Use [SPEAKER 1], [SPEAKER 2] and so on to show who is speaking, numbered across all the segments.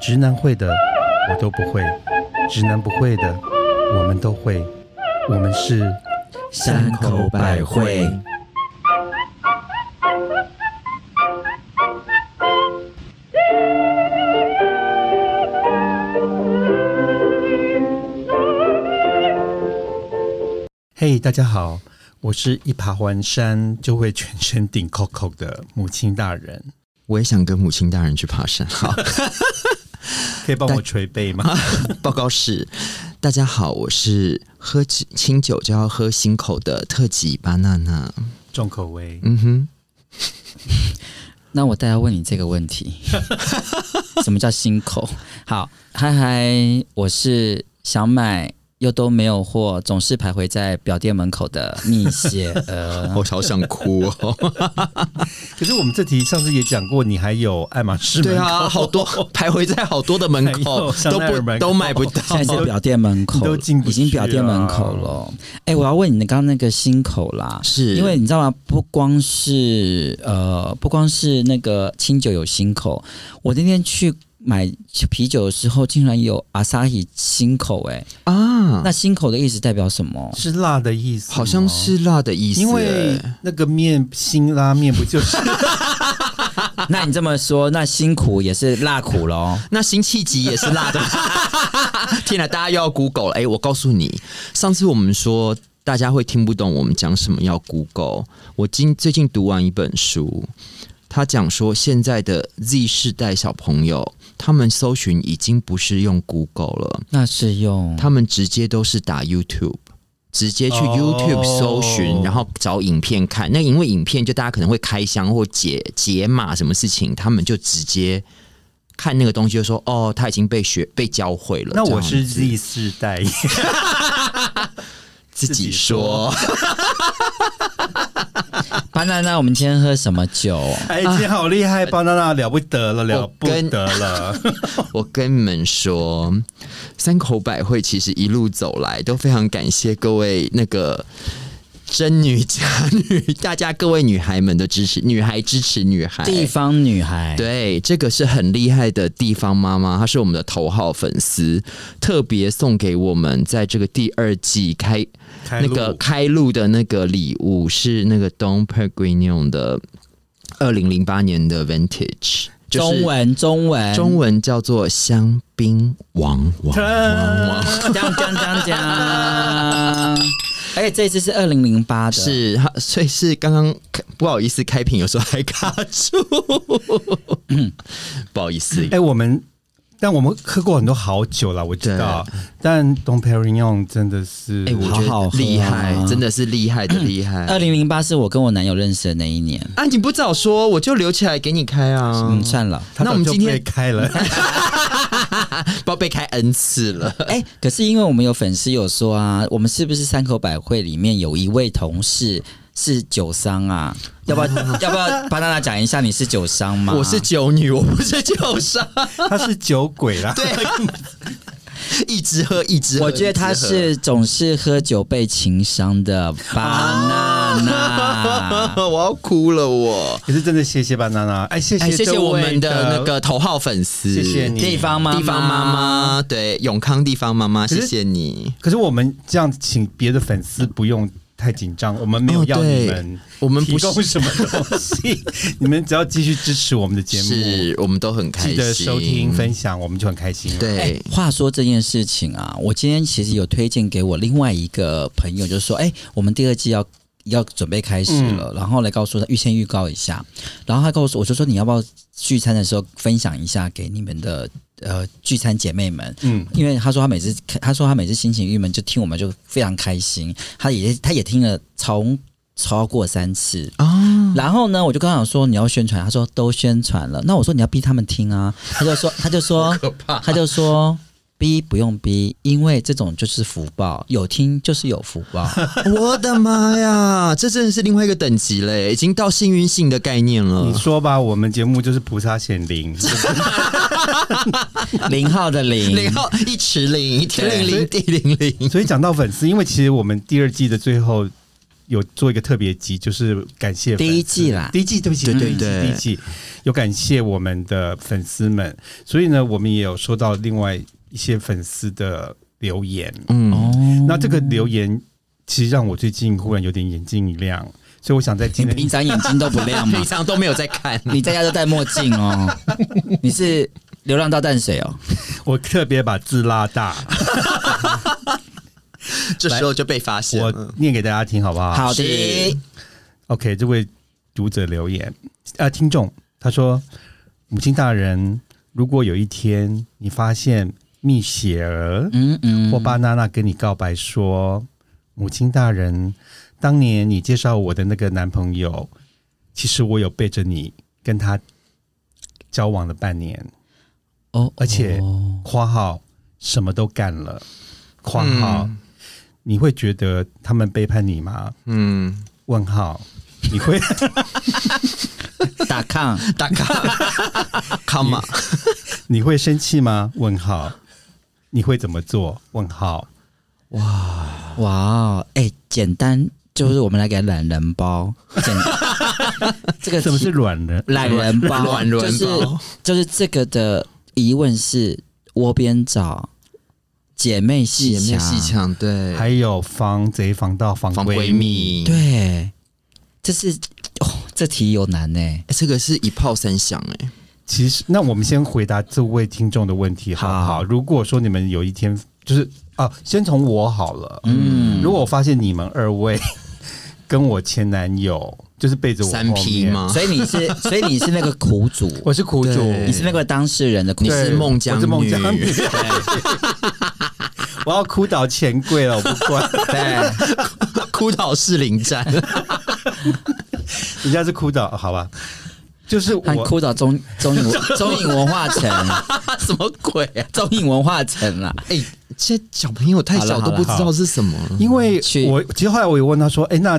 [SPEAKER 1] 直男会的我都不会，直男不会的我们都会，我们是
[SPEAKER 2] 山口百惠。
[SPEAKER 1] 嘿大家好，我是一爬完山就会全身顶扣扣的母亲大人，
[SPEAKER 2] 我也想跟母亲大人去爬山。好，
[SPEAKER 1] 可以帮我捶背吗？
[SPEAKER 2] 啊报告是，大家好，我是喝起清酒就要喝新口的特级巴娜娜。
[SPEAKER 1] 重口味，
[SPEAKER 2] 嗯哼，
[SPEAKER 3] 那我再要问你这个 问题，什么叫心口？好，嗨嗨，我是想买又都没有货，总是徘徊在表店门口的蜜 呃雪儿。
[SPEAKER 2] 我好想哭哦。
[SPEAKER 1] 可是我们这题上次也讲过，你还有爱马仕
[SPEAKER 2] 对
[SPEAKER 1] 门口
[SPEAKER 2] 啊，好多徘徊在好多的门口
[SPEAKER 1] 还有
[SPEAKER 2] 都
[SPEAKER 1] 香奈儿门
[SPEAKER 2] 不
[SPEAKER 1] 口
[SPEAKER 2] 都买不到。
[SPEAKER 3] 现在是表店门口
[SPEAKER 1] 你都
[SPEAKER 3] 了，
[SPEAKER 1] 进不
[SPEAKER 3] 已经表
[SPEAKER 1] 去
[SPEAKER 3] 店门口
[SPEAKER 1] 啊
[SPEAKER 3] 了。哎、我要问你刚刚那个心口啦，
[SPEAKER 2] 是
[SPEAKER 3] 因为你知道吗？不光是呃，不光是那个清酒有新口，我那天去买啤酒的时候，竟然有阿萨伊新口、哎，
[SPEAKER 2] 啊，
[SPEAKER 3] 那新口的意思代表什么？
[SPEAKER 1] 是辣的意思吗，
[SPEAKER 2] 好像是辣的意思欸，
[SPEAKER 1] 因为那个面辛拉面不 就是
[SPEAKER 3] 那你这么说，那辛苦也是辣苦喽。
[SPEAKER 2] 哦那辛弃疾也是辣的。 天哪，大家又要 Google 了。哎、我告诉你，上次我们说大家会听不懂我们讲什么，要 Google。我今最近读完一本书，他讲说现在的 Z 世代小朋友，他们搜寻已经不是用 Google 了，
[SPEAKER 3] 那是用
[SPEAKER 2] 他们直接都是打 YouTube。直接去
[SPEAKER 1] 哦
[SPEAKER 2] YouTube 搜寻然后找影片看。那因为影片就大家可能会开箱或解解码什么事情，他们就直接看那个东西，就说哦，他已经被学被教会了。
[SPEAKER 1] 那我
[SPEAKER 2] 这样
[SPEAKER 1] 是 Z 世 代，
[SPEAKER 2] 啊自己说，
[SPEAKER 3] 巴娜娜。我们今天喝什么酒？
[SPEAKER 1] 哎，今天好厉 害，巴娜娜了不得了，了不得了，
[SPEAKER 2] 我跟你们说，三口百惠其实一路走来都非常感谢各位那个。真女假女，大家各位女孩们的支持，女孩支持女孩，
[SPEAKER 3] 地方女孩。
[SPEAKER 2] 对，这个是很厉害的地方妈妈，她是我们的头号粉丝，特别送给我们在这个第二季开
[SPEAKER 1] 开
[SPEAKER 2] 那
[SPEAKER 1] 路
[SPEAKER 2] 个开录的那个礼物是那个 Don Perignon 的二零零八年的 Vintage，就是
[SPEAKER 3] 中文，中文，
[SPEAKER 2] 中文叫做香槟王王王王。
[SPEAKER 3] 文，讲讲讲讲。而哎且这一次是二零零八的，
[SPEAKER 2] 是，她所以是刚刚开不好意思开屏，有时候还卡 住，不好意思。
[SPEAKER 3] 嗯
[SPEAKER 1] 哎、我们但我们喝过很多好酒了，我知道。但 Don Perignon 真的是，
[SPEAKER 2] 哎、我觉
[SPEAKER 3] 好好
[SPEAKER 2] 得
[SPEAKER 3] 喝
[SPEAKER 2] 厉害，
[SPEAKER 3] 啊
[SPEAKER 2] 真的是厉害的 厉害。
[SPEAKER 3] 二零零八是我跟我男友认识的那一年。
[SPEAKER 2] 啊，你不早说，我就留起来给你开啊！
[SPEAKER 3] 嗯，算了。
[SPEAKER 1] 他
[SPEAKER 2] 那我们
[SPEAKER 1] 早就
[SPEAKER 2] 今天
[SPEAKER 1] 被开 了，
[SPEAKER 2] 不要被开 n 次了。
[SPEAKER 3] 哎、可是因为我们有粉丝有说啊，我们是不是三口百惠里面有一位同事是酒商啊？要不要要不要帮大家讲一下你是酒商吗？
[SPEAKER 2] 我是酒女，我不是酒商，
[SPEAKER 1] 他是酒鬼啦。
[SPEAKER 2] 对，啊 一直喝，一直喝。
[SPEAKER 3] 我觉得他
[SPEAKER 2] 一直喝
[SPEAKER 3] 是总是喝酒被情伤 的巴娜娜。
[SPEAKER 2] 我要哭了我。
[SPEAKER 1] 可是真的谢谢巴娜娜，哎，谢
[SPEAKER 2] 哎，谢谢
[SPEAKER 1] 这
[SPEAKER 2] 我们
[SPEAKER 1] 位
[SPEAKER 2] 的那，个头号粉丝，
[SPEAKER 1] 谢谢你
[SPEAKER 3] 地方妈妈，
[SPEAKER 2] 地方妈，妈，对，永康地方妈妈，
[SPEAKER 1] 可是
[SPEAKER 2] 谢谢你。
[SPEAKER 1] 可是我们这样请别的粉丝不用。太紧张，我们没有
[SPEAKER 2] 哦
[SPEAKER 1] 要
[SPEAKER 2] 对
[SPEAKER 1] 你们，
[SPEAKER 2] 我们
[SPEAKER 1] 提
[SPEAKER 2] 不是
[SPEAKER 1] 供什么东西， 你们只要继续支持我们的节目，
[SPEAKER 2] 是我们都很开
[SPEAKER 1] 记得
[SPEAKER 2] 心，
[SPEAKER 1] 收听分享，我们就很开心了。
[SPEAKER 2] 对。
[SPEAKER 3] 话说这件事情啊，我今天其实有推荐给我另外一个朋友，就说：“哎、我们第二季要要准备开始了。然后来告诉他预先预告一下。然后他告诉我，我就说你要不要聚餐的时候分享一下给你们的呃聚餐姐妹们。
[SPEAKER 1] 嗯，
[SPEAKER 3] 因为他说他每次，他说他每次心情郁闷就听我们就非常开心，他也他也听了从超过三次
[SPEAKER 1] 嗯
[SPEAKER 2] 哦
[SPEAKER 3] 然后呢，我就跟他讲说你要宣传，他说都宣传了，那我说你要逼他们听啊，他就 说他就说他就说逼不用逼，因为这种就是福报，有听就是有福 报。
[SPEAKER 2] 我的妈呀，这真的是另外一个等级嘞，已经到幸运性的概念了
[SPEAKER 1] 你。说吧，我们节目就是菩萨显 灵，
[SPEAKER 3] 零号的零，
[SPEAKER 2] 零号一池零，一天零零地零 零，
[SPEAKER 1] 所以讲到粉丝，因为其实我们第二季的最后有做一个特别集，就是感谢粉丝
[SPEAKER 3] 第一季啦
[SPEAKER 1] 第一季对不起，
[SPEAKER 2] 对对
[SPEAKER 1] 第一季
[SPEAKER 2] 对
[SPEAKER 1] 第一季有感谢我们的粉丝们，所以呢，我们也有收到另外一些粉丝的留言，
[SPEAKER 2] 嗯，
[SPEAKER 3] 哦，
[SPEAKER 1] 那这个留言其实让我最近忽然有点眼睛一亮，所以我想在
[SPEAKER 3] 你
[SPEAKER 1] 今
[SPEAKER 3] 平
[SPEAKER 1] 天
[SPEAKER 3] 常眼睛都不亮 吗
[SPEAKER 2] 平？常都没有在看，
[SPEAKER 3] 你在家都戴墨镜哦，你是流浪到淡水哦。
[SPEAKER 1] 我特别把字拉 大，
[SPEAKER 2] 这时候就被发现了
[SPEAKER 1] 我。念给大家听好不好？
[SPEAKER 3] 好
[SPEAKER 2] 是
[SPEAKER 3] 的，
[SPEAKER 1] OK，这位读者留言啊，听众他说：“母亲大人，如果有一天你发现蜜雪儿
[SPEAKER 3] 嗯嗯，
[SPEAKER 1] 或巴娜娜跟你告白说，母亲大人，当年你介绍我的那个男朋友，其实我有背着你跟他交往了半年，
[SPEAKER 3] 哦，
[SPEAKER 1] 而且
[SPEAKER 3] 哦
[SPEAKER 1] 括号什么都干了，括号、你会觉得他们背叛你吗？
[SPEAKER 2] 嗯，
[SPEAKER 1] 问号你会。”
[SPEAKER 3] 打 抗，
[SPEAKER 2] 大 咖，come on，
[SPEAKER 1] 你会生气吗？问号。你会怎么做？问号。
[SPEAKER 3] 哇哦，哎，简单就是我们来给懒人包， 简这个
[SPEAKER 1] 什么是软人？
[SPEAKER 3] 懒人包？
[SPEAKER 2] 软软
[SPEAKER 3] 就是
[SPEAKER 2] 软包
[SPEAKER 3] 就是这个的疑问是窝边找姐妹戏
[SPEAKER 2] 姐妹戏
[SPEAKER 3] 腔，
[SPEAKER 2] 腔，对，
[SPEAKER 1] 还有防贼防盗防
[SPEAKER 2] 防
[SPEAKER 1] 闺
[SPEAKER 2] 闺蜜，哎，
[SPEAKER 3] 对，这是哦，这题有难呢、
[SPEAKER 2] 哎这个是一炮三响，哎，
[SPEAKER 1] 其实，那我们先回答这位听众的问题，好不好？
[SPEAKER 3] 好
[SPEAKER 1] 如果说你们有一天就是啊，先从我好了。
[SPEAKER 3] 嗯，
[SPEAKER 1] 如果我发现你们二位 跟我前男友就是背着我
[SPEAKER 2] 三 P
[SPEAKER 1] 后面？
[SPEAKER 2] 吗？
[SPEAKER 3] 所以你是，所以你是那个苦主，
[SPEAKER 1] 我是苦主，
[SPEAKER 2] 对
[SPEAKER 3] 你是那个当事人的苦
[SPEAKER 2] 你
[SPEAKER 3] 主，
[SPEAKER 2] 是孟姜
[SPEAKER 1] 我
[SPEAKER 2] 女
[SPEAKER 1] 是孟姜女， 我要哭倒钱柜了，我不管，
[SPEAKER 3] 对，
[SPEAKER 2] 哭倒士林站，
[SPEAKER 1] 人家是哭倒，好吧？就是
[SPEAKER 3] 他
[SPEAKER 1] 我
[SPEAKER 3] 哭到中中影文中影文化城，
[SPEAKER 2] 什么鬼啊？
[SPEAKER 3] 中影文化城啊啦，
[SPEAKER 2] 哎，这小朋友太小
[SPEAKER 3] 好
[SPEAKER 2] 都
[SPEAKER 3] 了
[SPEAKER 2] 不知道是什么 了，
[SPEAKER 1] 因为
[SPEAKER 3] 去
[SPEAKER 1] 我其实后来我有问他说，哎、那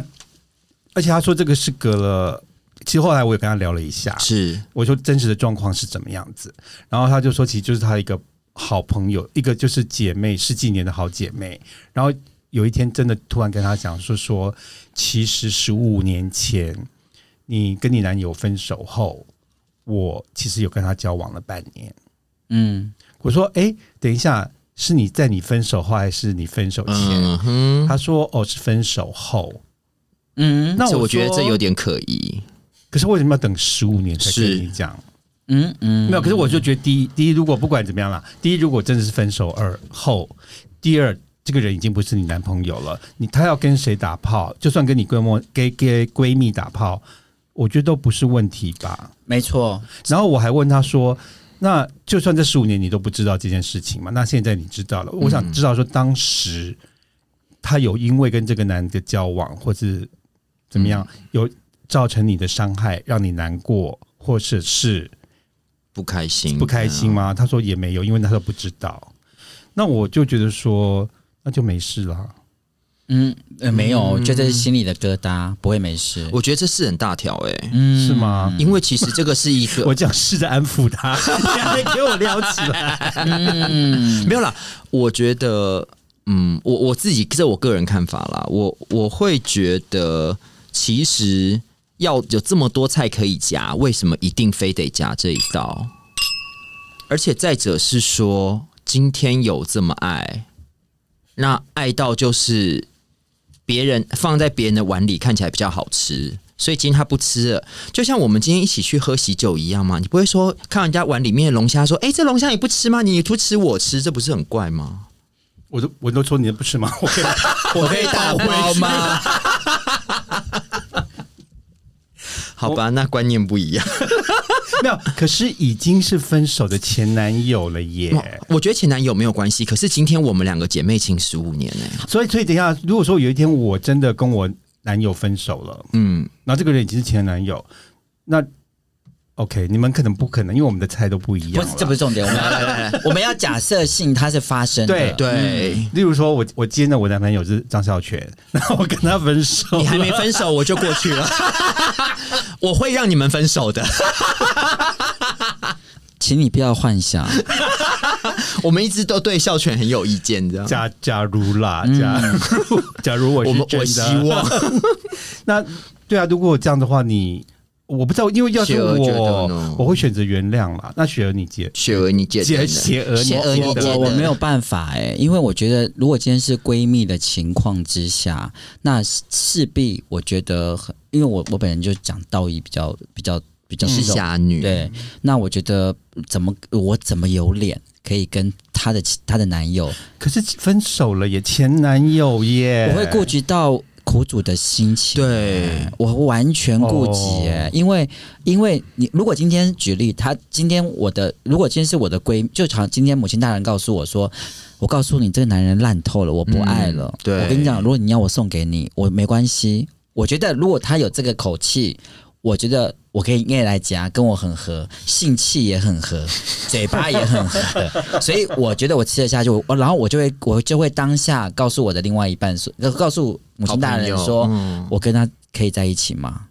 [SPEAKER 1] 而且他说这个是隔了，其实后来我也跟他聊了一下，
[SPEAKER 2] 是
[SPEAKER 1] 我说真实的状况是怎么样子，然后他就说，其实就是他一个好朋友，一个就是姐妹十几年的好姐妹，然后有一天真的突然跟他讲说说，其实十五年前你跟你男友分手后，我其实有跟他交往了半年。
[SPEAKER 3] 嗯，
[SPEAKER 1] 我说，哎、等一下，是你在你分手后，还是你分手前？
[SPEAKER 2] 嗯哼，
[SPEAKER 1] 他说：“哦，是分手后。”
[SPEAKER 3] 嗯
[SPEAKER 1] 那
[SPEAKER 2] 这
[SPEAKER 1] 我
[SPEAKER 2] 我觉得
[SPEAKER 1] 说
[SPEAKER 2] 这有，点可疑，
[SPEAKER 1] 可是为什么要等十五年才
[SPEAKER 2] 是
[SPEAKER 1] 跟你讲？
[SPEAKER 3] 嗯嗯
[SPEAKER 1] 没有，可是我就觉得第一，第一，如果不管怎么样啦，第一，如果真的是分手而后，第二，这个人已经不是你男朋友了，你他要跟谁打炮，就算跟你闺蜜、给给闺蜜打炮，我觉得都不是问题吧。
[SPEAKER 3] 没错，
[SPEAKER 1] 然后我还问他说：“那就算这十五年你都不知道这件事情嘛，那现在你知道了，我想知道说当时他有因为跟这个男的交往，或是怎么样，有造成你的伤害，让你难过，或者是
[SPEAKER 2] 不开心，
[SPEAKER 1] 不开心吗？”他说也没有，因为他都不知道。那我就觉得说，那就没事了。
[SPEAKER 3] 嗯，呃没有，我觉得这是心里的疙瘩，不会没事，
[SPEAKER 2] 我觉得这是很大条哎，
[SPEAKER 3] 嗯
[SPEAKER 1] 是吗？
[SPEAKER 2] 因为其实这个是一 个
[SPEAKER 1] 我这样试着安抚 他，你还没给我撩起来。
[SPEAKER 3] 嗯，
[SPEAKER 2] 没有啦，我觉得，嗯，我我自己这我个人看法啦，我我会觉得，其实要有这么多菜可以夹，为什么一定非得夹这一道？而且再者是说，今天有这么爱，那爱到就是别人放在别人的碗里看起来比较好吃，所以今天他不吃了。就像我们今天一起去喝喜酒一样嘛，你不会说看人家碗里面的龙虾说：“哎、这龙虾你不吃吗？你不吃我吃，这不是很怪吗
[SPEAKER 1] 我都我都说你不吃吗？我可以
[SPEAKER 3] 我可 以打包吗？？”
[SPEAKER 2] 好吧，那观念不一 样。
[SPEAKER 1] 没有，可是已经是分手的前男友了耶。
[SPEAKER 2] 我觉得前男友没有关系，可是今天我们两个姐妹情十五年呢、
[SPEAKER 1] 所以，所以等一下，如果说有一天我真的跟我男友分手了，
[SPEAKER 2] 嗯，
[SPEAKER 1] 然后这个人已经是前男友，那 OK，你们可能不可能，因为我们的菜都不一
[SPEAKER 3] 不
[SPEAKER 1] 样
[SPEAKER 3] 是
[SPEAKER 1] 了，
[SPEAKER 3] 这不是重点，我们要来来，我们要假设性它是发生的，
[SPEAKER 1] 对
[SPEAKER 3] 嗯
[SPEAKER 2] 对。
[SPEAKER 1] 例如说我，我今天的我男朋友是张孝全， 然后我跟他分手
[SPEAKER 2] 你，还没分手，我就过 去了。 我会让你们分手的。
[SPEAKER 3] 请你不要幻想，
[SPEAKER 2] 我们一直都对孝犬很有意见，这 样。
[SPEAKER 1] 假假如啦，假如、假如我是
[SPEAKER 2] 我们
[SPEAKER 1] 真的
[SPEAKER 2] 我希望
[SPEAKER 1] 那对啊，如果这样的话，你我不知道，因为要是
[SPEAKER 2] 雪儿觉得
[SPEAKER 1] 我
[SPEAKER 2] 呢，
[SPEAKER 1] 我会选择原谅啦。那雪儿你接
[SPEAKER 2] 雪儿你姐
[SPEAKER 1] 接
[SPEAKER 2] 姐
[SPEAKER 1] 邪儿
[SPEAKER 2] 邪恶
[SPEAKER 1] 你
[SPEAKER 2] 你
[SPEAKER 1] 接
[SPEAKER 2] 接
[SPEAKER 1] 的
[SPEAKER 3] 我
[SPEAKER 2] 的
[SPEAKER 3] 我没有办法哎、因为我觉得如果今天是闺蜜的情况之下，那势必我觉得很，因为我我本人就讲道义比较比较比较
[SPEAKER 2] 是
[SPEAKER 3] 重
[SPEAKER 2] 侠女，
[SPEAKER 3] 对，那我觉得怎么我怎么有脸可以跟她的她的男友？
[SPEAKER 1] 可是分手了也前男友耶，
[SPEAKER 3] 我会顾及到苦主的心情。
[SPEAKER 2] 对，
[SPEAKER 3] 我完全顾及、欸，
[SPEAKER 1] 哦
[SPEAKER 3] 因为因为你如果今天举例，她今天我的如果今天是我的闺，就常今天母亲大人告诉我说，我告诉你这个男人烂透了，我不爱了。
[SPEAKER 2] 嗯对
[SPEAKER 3] 我跟你讲，如果你要我送给你，我没关系。我觉得如果他有这个口气，我觉得我可以硬来夹，跟我很合，性气也很合，嘴巴也很合，所以我觉得我吃得下去。我然后我就会我就会当下告诉我的另外一半说，呃告诉母亲大人说，
[SPEAKER 2] 嗯
[SPEAKER 3] 我跟他可以在一起吗？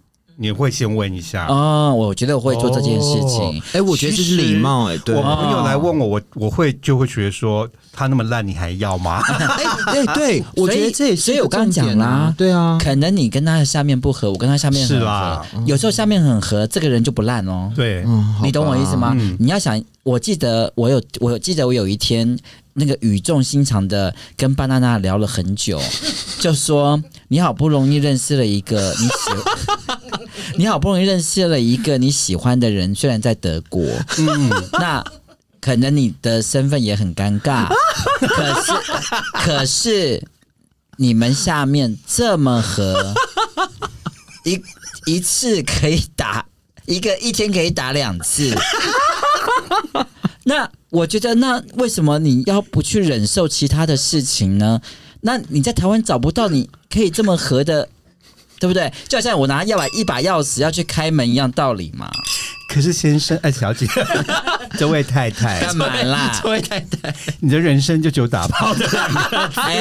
[SPEAKER 1] 你会先问一下。
[SPEAKER 3] 啊、我觉得我会做这件事
[SPEAKER 1] 哦
[SPEAKER 3] 情。
[SPEAKER 2] 哎、我觉得这
[SPEAKER 1] 其实
[SPEAKER 2] 是礼貌哎、对，
[SPEAKER 1] 我朋友
[SPEAKER 3] 哦
[SPEAKER 1] 来问我，我我会就会觉得说他那么烂，你还要吗？
[SPEAKER 2] 哎、对，我
[SPEAKER 3] 所以
[SPEAKER 2] 觉得这也是
[SPEAKER 3] 所以我刚刚讲啦
[SPEAKER 2] 一个重点啊对啊，
[SPEAKER 3] 可能你跟他的下面不合，我跟他下面很
[SPEAKER 1] 是
[SPEAKER 3] 合
[SPEAKER 1] 啦嗯
[SPEAKER 3] 有时候下面很合，这个人就不烂哦。
[SPEAKER 1] 对，
[SPEAKER 2] 嗯，好吧
[SPEAKER 3] 你懂我意思？吗？
[SPEAKER 1] 嗯
[SPEAKER 3] 你要想，我记得我有，我记得我有一天那个语重心长的跟巴娜娜聊了很 久，就说你好不容易认识了一个你喜， 你好不容易认识了一个你喜欢的人，虽然在德国，
[SPEAKER 2] 嗯
[SPEAKER 3] 那。可能你的身份也很尴 尬，可是可是你们下面这么合，一一次可以打一个一天可以打两次。那我觉得，那为什么你要不去忍受其他的事情呢？那你在台湾找不到你可以这么合的，对不对？就好像我拿要把一把钥匙要去开门一样道理嘛。
[SPEAKER 1] 可是先生，哎，小姐， 这位太太，
[SPEAKER 3] 干嘛 啦？
[SPEAKER 2] 这位太太，
[SPEAKER 1] 你的人生就只有打炮的，
[SPEAKER 3] 哎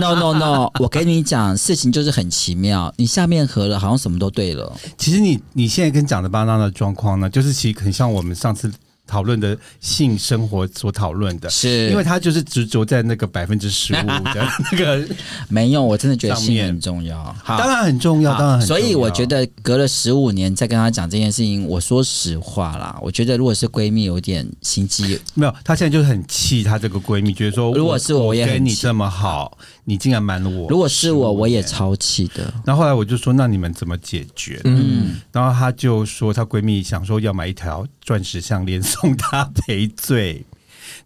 [SPEAKER 3] ，no no no，我 跟你讲，事情就是很奇妙。你下面合了，好像什么都对了。
[SPEAKER 1] 其实你你现在跟讲的巴娜的状况呢，就是其实很像我们上次讨论的性生活所讨论的，
[SPEAKER 3] 是
[SPEAKER 1] 因为他就是执着在那个百分之十五 的那个，
[SPEAKER 3] 没有，我真的觉得
[SPEAKER 1] 上
[SPEAKER 3] 信
[SPEAKER 1] 面
[SPEAKER 3] 很重要。好，
[SPEAKER 1] 当然很重要，
[SPEAKER 3] 好
[SPEAKER 1] 当然嗯很重
[SPEAKER 3] 所
[SPEAKER 1] 要。
[SPEAKER 3] 以我觉得隔了十五年再跟她讲这件事情，我说实话啦，我觉得如果是闺蜜，有点心机。
[SPEAKER 1] 没有，她现在就是很气她这个闺蜜，觉得说
[SPEAKER 3] 如果是我
[SPEAKER 1] 我
[SPEAKER 3] 我也很
[SPEAKER 1] 跟你
[SPEAKER 3] 气
[SPEAKER 1] 这么好，你竟然瞒了我。
[SPEAKER 3] 如果是我，
[SPEAKER 1] 15
[SPEAKER 3] 我也
[SPEAKER 1] 年
[SPEAKER 3] 超气的。
[SPEAKER 1] 然后后来我就说，那你们怎么解决？
[SPEAKER 2] 嗯，
[SPEAKER 1] 然后她就说，她闺蜜想说要买一条钻石项链送她赔罪，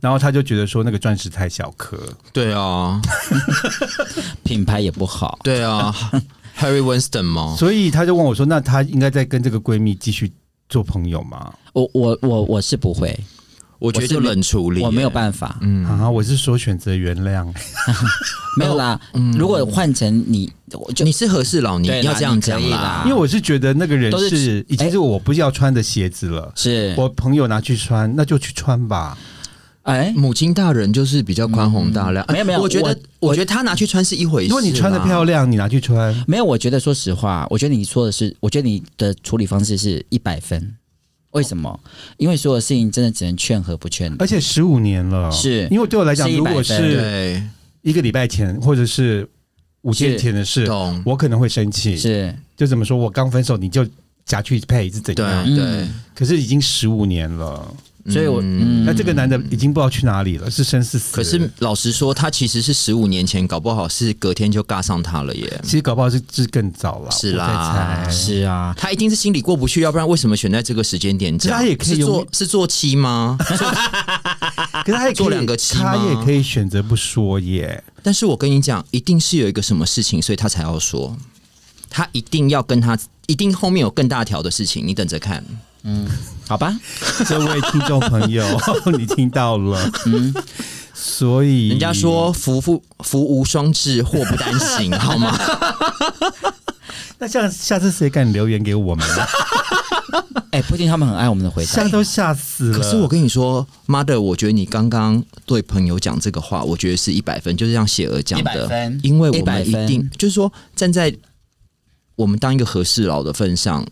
[SPEAKER 1] 然后她就觉得说那个钻石太小颗，
[SPEAKER 2] 对啊，
[SPEAKER 3] 品牌也不好。
[SPEAKER 2] 对啊，Harry Winston
[SPEAKER 3] 哦
[SPEAKER 2] 吗？
[SPEAKER 1] 所以她就问我说，那她应该再跟这个闺蜜继续做朋友吗？
[SPEAKER 3] 我我我我是不会，
[SPEAKER 2] 我觉得
[SPEAKER 3] 我是
[SPEAKER 2] 就冷处理、
[SPEAKER 3] 我没有
[SPEAKER 2] 法。
[SPEAKER 3] 办法，
[SPEAKER 1] 啊，我是说选择原谅，
[SPEAKER 3] 啊没有啦。
[SPEAKER 1] 嗯
[SPEAKER 3] 如果换成你，我就
[SPEAKER 2] 你是和事佬，你
[SPEAKER 3] 对啦
[SPEAKER 2] 要这样讲
[SPEAKER 3] 你可以
[SPEAKER 2] 啦
[SPEAKER 3] 啦
[SPEAKER 1] 因为我是觉得那个人
[SPEAKER 3] 都是
[SPEAKER 1] 是已经是我不要穿的鞋子了。
[SPEAKER 3] 是
[SPEAKER 1] 我朋友拿去穿，那就去穿吧。
[SPEAKER 3] 哎，
[SPEAKER 2] 母亲大人就是比较宽宏大量，
[SPEAKER 3] 嗯没有没有
[SPEAKER 2] 我觉得
[SPEAKER 3] 我
[SPEAKER 2] 我觉得他拿去穿是一回事啦。
[SPEAKER 1] 如果你穿的漂亮，你拿去穿，
[SPEAKER 3] 没有。我觉得说实话，我觉得你说的是，我觉得你的处理方式是一百分。为什么？因为所有事情真的只能劝和不劝离。
[SPEAKER 1] 而且十五年了，
[SPEAKER 3] 是
[SPEAKER 1] 因为对我来讲，
[SPEAKER 3] 是
[SPEAKER 1] 如果
[SPEAKER 3] 100分
[SPEAKER 1] 是
[SPEAKER 2] 对，
[SPEAKER 1] 一个礼拜前或者是五天前的事，
[SPEAKER 2] 懂
[SPEAKER 1] 我可能会生气，
[SPEAKER 3] 是
[SPEAKER 1] 就怎么说我刚分手你就夹去配是怎
[SPEAKER 2] 对啊
[SPEAKER 1] 样？
[SPEAKER 2] 对，
[SPEAKER 1] 可是已经十五年了，
[SPEAKER 3] 所以我
[SPEAKER 2] 嗯
[SPEAKER 3] 嗯
[SPEAKER 1] 那这个男的已经不知道去哪里了，是生是死。
[SPEAKER 2] 可是嗯老实说，他其实是十五年前，搞不好是隔天就尬上他了耶。
[SPEAKER 1] 其实搞不好是是更早了，
[SPEAKER 2] 是
[SPEAKER 1] 啦
[SPEAKER 2] 啦，
[SPEAKER 3] 是啊，
[SPEAKER 2] 他一定是心里过不去，要不然为什么选在这个时间点讲？
[SPEAKER 1] 他也可以
[SPEAKER 2] 是做
[SPEAKER 1] 用
[SPEAKER 2] 是做妻吗？
[SPEAKER 1] 可是他也可以
[SPEAKER 2] 啊做两个妻吗
[SPEAKER 1] 他也可以选择不说耶。
[SPEAKER 2] 但是我跟你讲，一定是有一个什么事情，所以他才要说，他一定要跟他，一定后面有更大条的事情，你等着看。
[SPEAKER 3] 好吧，
[SPEAKER 1] 这位听众朋友， 你听到了，所以
[SPEAKER 2] 嗯人家说福不福无双至，祸不单 行，好吗？
[SPEAKER 1] 啊那下下次谁敢留言给我们 啊？
[SPEAKER 3] 哎，不一定他们很爱我们的回答
[SPEAKER 1] 吓。都吓死了。
[SPEAKER 2] 可是我跟你说，妈的，我觉得你刚刚对朋友讲这个话，我觉得是一百分，就是像雪儿讲
[SPEAKER 3] 100
[SPEAKER 2] 的
[SPEAKER 3] 分，
[SPEAKER 2] 因为我们
[SPEAKER 3] 100
[SPEAKER 2] 一
[SPEAKER 3] 分
[SPEAKER 2] 定就是说站在我们当一个和事佬的份上，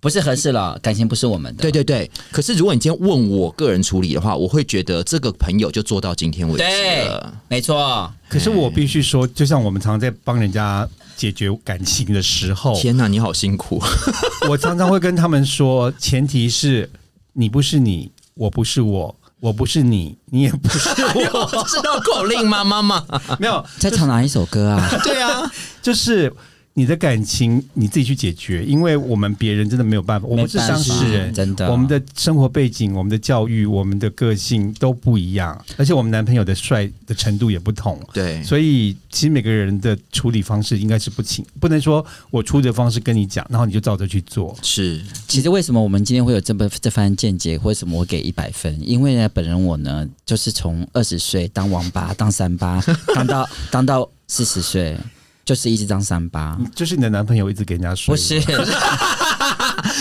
[SPEAKER 3] 不是合适了，感情不是我们的。
[SPEAKER 2] 对对对，可是如果你今天问我个人处理的话，我会觉得这个朋友就做到今天为止
[SPEAKER 3] 对
[SPEAKER 2] 了。
[SPEAKER 3] 没错，
[SPEAKER 1] 可是我必须说，就像我们常在帮人家解决感情的时候，
[SPEAKER 2] 天哪，你好辛苦，
[SPEAKER 1] 我常常会跟他们说，前提是你不是你，我不是我，我不是你，你也不是哎我，
[SPEAKER 2] 这是绕口令吗？妈妈，
[SPEAKER 1] 没 有，
[SPEAKER 3] 在唱哪一首歌啊？
[SPEAKER 2] 对啊，
[SPEAKER 1] 就是你的感情你自己去解决，因为我们别人真的没有办法，我们是当事
[SPEAKER 3] 没办
[SPEAKER 1] 人
[SPEAKER 3] 法。真的。
[SPEAKER 1] 我们的生活背景、我们的教育、我们的个性都不一样，而且我们男朋友的帅的程度也不同，
[SPEAKER 2] 对，
[SPEAKER 1] 所以其实每个人的处理方式应该是不清，不能说我处理的方式跟你讲，然后你就照着去做。
[SPEAKER 2] 是
[SPEAKER 3] 其实为什么我们今天会有这么这番见解？为什么我给一百分？因为呢，本人我呢，就是从二十岁当王八，当三八，当到当到四十岁，就是一直当三八。
[SPEAKER 2] 嗯
[SPEAKER 1] 嗯就是你的男朋友一直给人家说，
[SPEAKER 3] 不是，
[SPEAKER 2] 啊